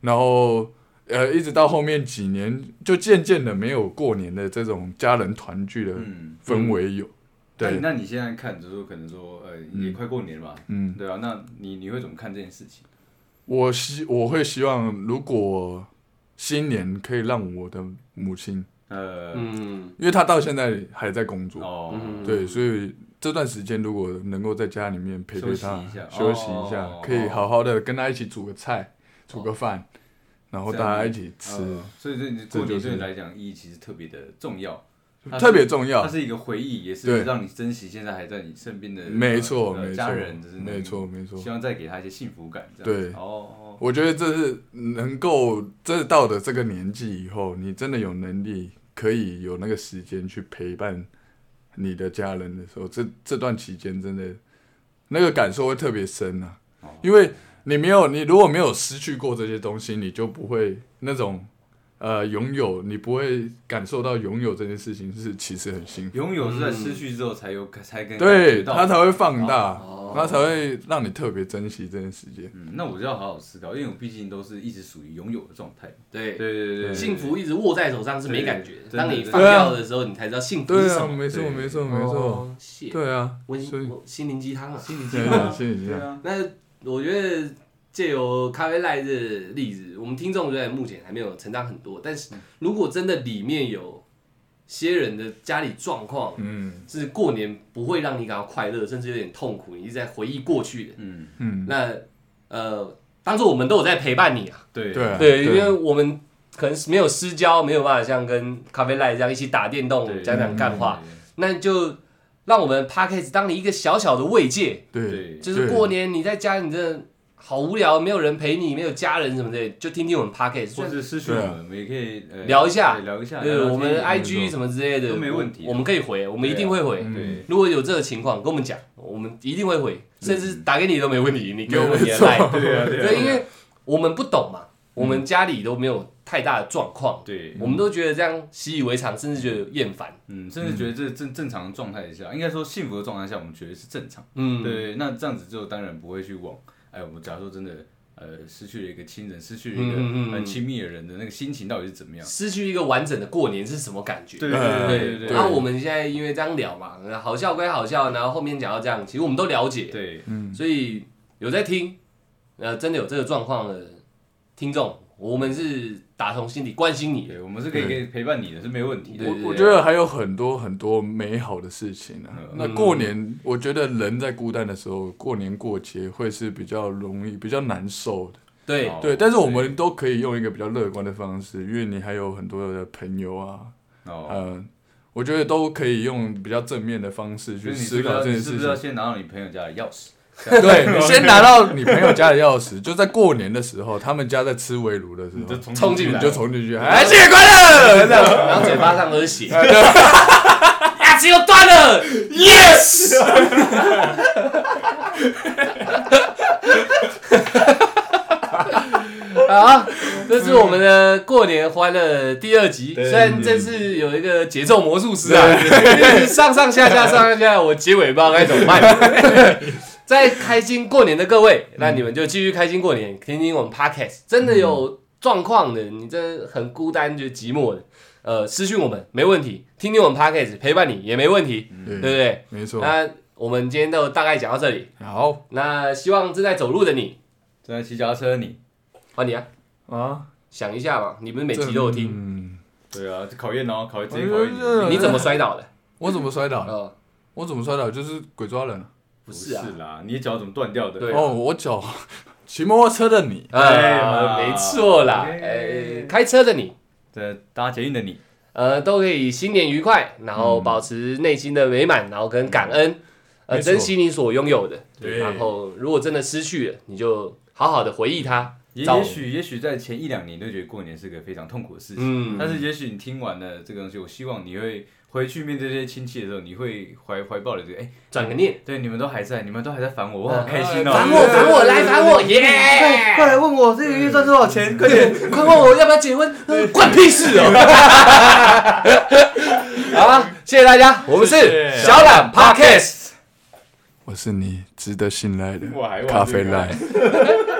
[SPEAKER 3] 然后呃，一直到后面几年，就渐渐的没有过年的这种家人团聚的
[SPEAKER 2] 嗯，
[SPEAKER 3] 氛围有。
[SPEAKER 2] 那你
[SPEAKER 3] 对，
[SPEAKER 2] 那你现在看，就是说可能说，呃，也快过年了嘛，
[SPEAKER 3] 嗯，
[SPEAKER 2] 对啊，那你你会怎么看这件事情？
[SPEAKER 3] 我希我会希望，如果新年可以让我的母亲，
[SPEAKER 2] 呃，
[SPEAKER 1] 嗯，
[SPEAKER 3] 因为她到现在还在工作，
[SPEAKER 2] 哦，
[SPEAKER 1] 嗯
[SPEAKER 3] 对，所以这段时间如果能够在家里面陪陪她
[SPEAKER 2] 休息一下，
[SPEAKER 3] 休息一下
[SPEAKER 2] 哦，
[SPEAKER 3] 可以好好的跟她一起煮个菜，煮个饭，然后
[SPEAKER 2] 这
[SPEAKER 3] 大
[SPEAKER 2] 样
[SPEAKER 3] 家一起吃
[SPEAKER 2] 呃，所以对你
[SPEAKER 3] 这
[SPEAKER 2] 过
[SPEAKER 3] 就
[SPEAKER 2] 年对
[SPEAKER 3] 是
[SPEAKER 2] 你来讲意义其实特别的重要，它是
[SPEAKER 3] 特别重要
[SPEAKER 2] 它。嗯是一个回忆，也是
[SPEAKER 3] 对
[SPEAKER 2] 让你珍惜现在还在你身边的，
[SPEAKER 3] 没错，
[SPEAKER 2] 呃
[SPEAKER 3] 没错
[SPEAKER 2] 家人，就是，那种
[SPEAKER 3] 没，错，没错。
[SPEAKER 2] 希望再给他一些幸福感，这样
[SPEAKER 3] 对
[SPEAKER 2] 哦，
[SPEAKER 3] 我觉得这是能够真的到了这个年纪以后，你真的有能力可以有那个时间去陪伴你的家人的时候，这这段期间真的那个感受会特别深啊
[SPEAKER 2] 哦，
[SPEAKER 3] 因为你没有你如果没有失去过这些东西，你就不会那种呃拥有，你不会感受到拥有这件事情是其实很幸福，
[SPEAKER 2] 拥有是在失去之后才有才跟
[SPEAKER 3] 对，
[SPEAKER 2] 到
[SPEAKER 3] 它才会放大
[SPEAKER 1] 哦，
[SPEAKER 3] 它才会让你特别珍惜这件事情。
[SPEAKER 2] 嗯，那我就要好好思考，因为我毕竟都是一直属于拥有的状态。
[SPEAKER 1] 对
[SPEAKER 2] 对对对对，
[SPEAKER 1] 幸福一直握在手上是没感觉，
[SPEAKER 2] 对
[SPEAKER 1] 当你
[SPEAKER 2] 对
[SPEAKER 1] 放掉的时候，你才知道幸福是
[SPEAKER 3] 对
[SPEAKER 1] 什
[SPEAKER 3] 啊，
[SPEAKER 1] 么。
[SPEAKER 3] 没错，
[SPEAKER 2] 对
[SPEAKER 3] 没错，没错。
[SPEAKER 1] 哦，谢，
[SPEAKER 3] 对啊，
[SPEAKER 1] 温
[SPEAKER 3] 所以
[SPEAKER 1] 馨心灵鸡汤啊，
[SPEAKER 2] 心理
[SPEAKER 3] 对
[SPEAKER 2] 健
[SPEAKER 3] 对，
[SPEAKER 2] 康，
[SPEAKER 3] 心理健
[SPEAKER 2] 对
[SPEAKER 3] 康。
[SPEAKER 2] 啊，
[SPEAKER 1] 那我觉得借由咖啡赖这例子，我们听众虽然目前还没有成长很多，但是如果真的里面有些人的家里状况
[SPEAKER 3] 嗯
[SPEAKER 1] 是过年不会让你感到快乐，甚至有点痛苦，你一直在回忆过去的，
[SPEAKER 2] 嗯，
[SPEAKER 3] 嗯，
[SPEAKER 1] 那呃，当做我们都有在陪伴你啊。
[SPEAKER 2] 对
[SPEAKER 3] 对啊
[SPEAKER 1] 对，因为我们可能是没有私交，没有办法像跟咖啡赖这样一起打电动、
[SPEAKER 2] 对
[SPEAKER 1] 讲讲干话，
[SPEAKER 2] 对
[SPEAKER 1] 那就让我们 p a c k a g e 当你一个小小的慰藉。
[SPEAKER 3] 对
[SPEAKER 2] 对
[SPEAKER 1] 就是过年你在家，你真的好无聊，没有人陪你，没有家人什么的，就听听我们 podcast，
[SPEAKER 2] 或者失去
[SPEAKER 3] 对
[SPEAKER 2] 我
[SPEAKER 3] 啊
[SPEAKER 2] 们，我们也可以呃
[SPEAKER 1] 聊一下
[SPEAKER 2] 对聊一下，聊聊
[SPEAKER 1] 呃，
[SPEAKER 2] 天
[SPEAKER 1] 我们
[SPEAKER 2] 也
[SPEAKER 1] IG 什么之类的
[SPEAKER 2] 都没问题
[SPEAKER 1] 我我们可以回，我们一定会回。
[SPEAKER 3] 嗯
[SPEAKER 2] 对啊
[SPEAKER 1] 如果有这个情况，跟我们讲，我们一定会回，甚至打给你都没问题，你给我们
[SPEAKER 3] 没
[SPEAKER 1] 也
[SPEAKER 3] 错
[SPEAKER 1] 来，
[SPEAKER 2] 嗯对啊对啊
[SPEAKER 1] 对，因为我们不懂嘛，我们家里都没有太大的状况，
[SPEAKER 2] 嗯对，
[SPEAKER 1] 我们都觉得这样习以为常，甚至觉得厌烦。
[SPEAKER 2] 嗯，甚至觉得这正正常的状态下，应该说幸福的状态下，我们觉得是正常。
[SPEAKER 1] 嗯，
[SPEAKER 2] 对，那这样子就当然不会去往，哎，我们假如说真的。呃，失去了一个亲人，失去了一个
[SPEAKER 1] 嗯嗯嗯
[SPEAKER 2] 很亲密的人的那个心情到底是怎么样？
[SPEAKER 1] 失去一个完整的过年是什么感觉？
[SPEAKER 2] 对
[SPEAKER 3] 呃
[SPEAKER 2] 对对对
[SPEAKER 1] 然后我们现在因为这样聊嘛，好笑归好笑，然后后面讲到这样，其实我们都了解，
[SPEAKER 2] 对，
[SPEAKER 1] 所以有在听，呃，真的有这个状况的听众，我们是打从心底关心你的。
[SPEAKER 2] 对，我们是可以可以陪伴你的，是没问题的。
[SPEAKER 1] 对对
[SPEAKER 3] 我我觉得还有很多很多美好的事情啊。
[SPEAKER 2] 嗯
[SPEAKER 3] 那过年，我觉得人在孤单的时候，过年过节会是比较容易、比较难受的。
[SPEAKER 1] 对，
[SPEAKER 2] 哦
[SPEAKER 3] 对，但是我们都可以用一个比较乐观的方式，因为你还有很多的朋友啊，
[SPEAKER 2] 哦，
[SPEAKER 3] 嗯，我觉得都可以用比较正面的方式
[SPEAKER 2] 就是
[SPEAKER 3] 去
[SPEAKER 2] 你
[SPEAKER 3] 思
[SPEAKER 2] 是不是
[SPEAKER 3] 考
[SPEAKER 2] 要
[SPEAKER 3] 这
[SPEAKER 2] 你
[SPEAKER 3] 件
[SPEAKER 2] 是
[SPEAKER 3] 事
[SPEAKER 2] 不是要
[SPEAKER 3] 情。
[SPEAKER 2] 先拿到你朋友家的钥匙？
[SPEAKER 3] 对，你先拿到你朋友家的钥匙，就在过年的时候，他们家在吃围炉的时候，
[SPEAKER 1] 冲进
[SPEAKER 3] 你
[SPEAKER 1] 来
[SPEAKER 3] 就啊冲进去，哎，新年快乐！这样
[SPEAKER 1] 然后嘴巴上都是 血，牙齿又断了，yes，啊，这是我们的过年欢乐第二集，
[SPEAKER 2] 对
[SPEAKER 1] 虽然这次有一个节奏魔术师啊，上上下下上上下，下，我结尾不知道该怎么办。 在开心过年的各位，
[SPEAKER 3] 嗯
[SPEAKER 1] 那你们就继续开心过年，听听我们 podcast。真的有状况的，你真的很孤单，就寂寞的，呃，私讯我们没问题，听听我们 podcast 陪伴你也没问题，对不
[SPEAKER 3] 对，
[SPEAKER 1] 对？
[SPEAKER 3] 嗯没错。
[SPEAKER 1] 那我们今天都大概讲到这里，
[SPEAKER 3] 好
[SPEAKER 1] 那希望正在走路的你，
[SPEAKER 2] 正在骑脚踏车的你，
[SPEAKER 1] 换你啊，
[SPEAKER 3] 啊，
[SPEAKER 1] 想一下嘛，你不是每
[SPEAKER 3] 这
[SPEAKER 1] 集都有听，
[SPEAKER 3] 嗯
[SPEAKER 2] 对啊，这考验哦，考验直
[SPEAKER 3] 哎
[SPEAKER 2] 接
[SPEAKER 3] 呦
[SPEAKER 2] 考验
[SPEAKER 3] 这嗯
[SPEAKER 1] 你怎么摔倒的？
[SPEAKER 3] 我怎么摔倒的？
[SPEAKER 1] 哦，
[SPEAKER 3] 我怎么摔倒？就是鬼抓人啊。
[SPEAKER 1] 不是啊，
[SPEAKER 2] 啦，你脚怎么断掉的？
[SPEAKER 1] 对啊
[SPEAKER 3] 哦，我脚骑摩托车的你，
[SPEAKER 2] 对
[SPEAKER 1] 啊，
[SPEAKER 2] 嘛
[SPEAKER 1] 没错啦，
[SPEAKER 2] 哎
[SPEAKER 1] 哎，开车的你。
[SPEAKER 2] 这搭捷运的你，
[SPEAKER 1] 呃，都可以新年愉快，然后保持内心的美满，然后跟感恩，呃，
[SPEAKER 3] 没错
[SPEAKER 1] 珍惜你所拥有的。
[SPEAKER 3] 对
[SPEAKER 1] 然后如果真的失去了，你就好好的回忆它。
[SPEAKER 2] 也
[SPEAKER 1] 找
[SPEAKER 2] 也许也许在前一两年都觉得过年是个非常痛苦的事情，
[SPEAKER 1] 嗯
[SPEAKER 2] 但是也许你听完了这个东西，我希望你会回去面对这些亲戚的时候，你会怀怀抱着这个，哎，
[SPEAKER 1] 转个 念，
[SPEAKER 2] 对，你们都还在，你们都还在烦我，我好开心哦，
[SPEAKER 1] 烦我，烦我，来烦我，
[SPEAKER 2] 快快
[SPEAKER 1] 耶！
[SPEAKER 2] 来问我这个月赚多少钱，快点，
[SPEAKER 1] 快问我要不要结婚，呃关屁事哦！好啊，谢谢大家，我们
[SPEAKER 3] 谢
[SPEAKER 1] 是
[SPEAKER 3] 谢
[SPEAKER 1] 小懒 Podcast。
[SPEAKER 3] 我是你值得信赖的
[SPEAKER 2] 我还忘
[SPEAKER 3] 咖啡
[SPEAKER 2] 这个
[SPEAKER 3] 赖。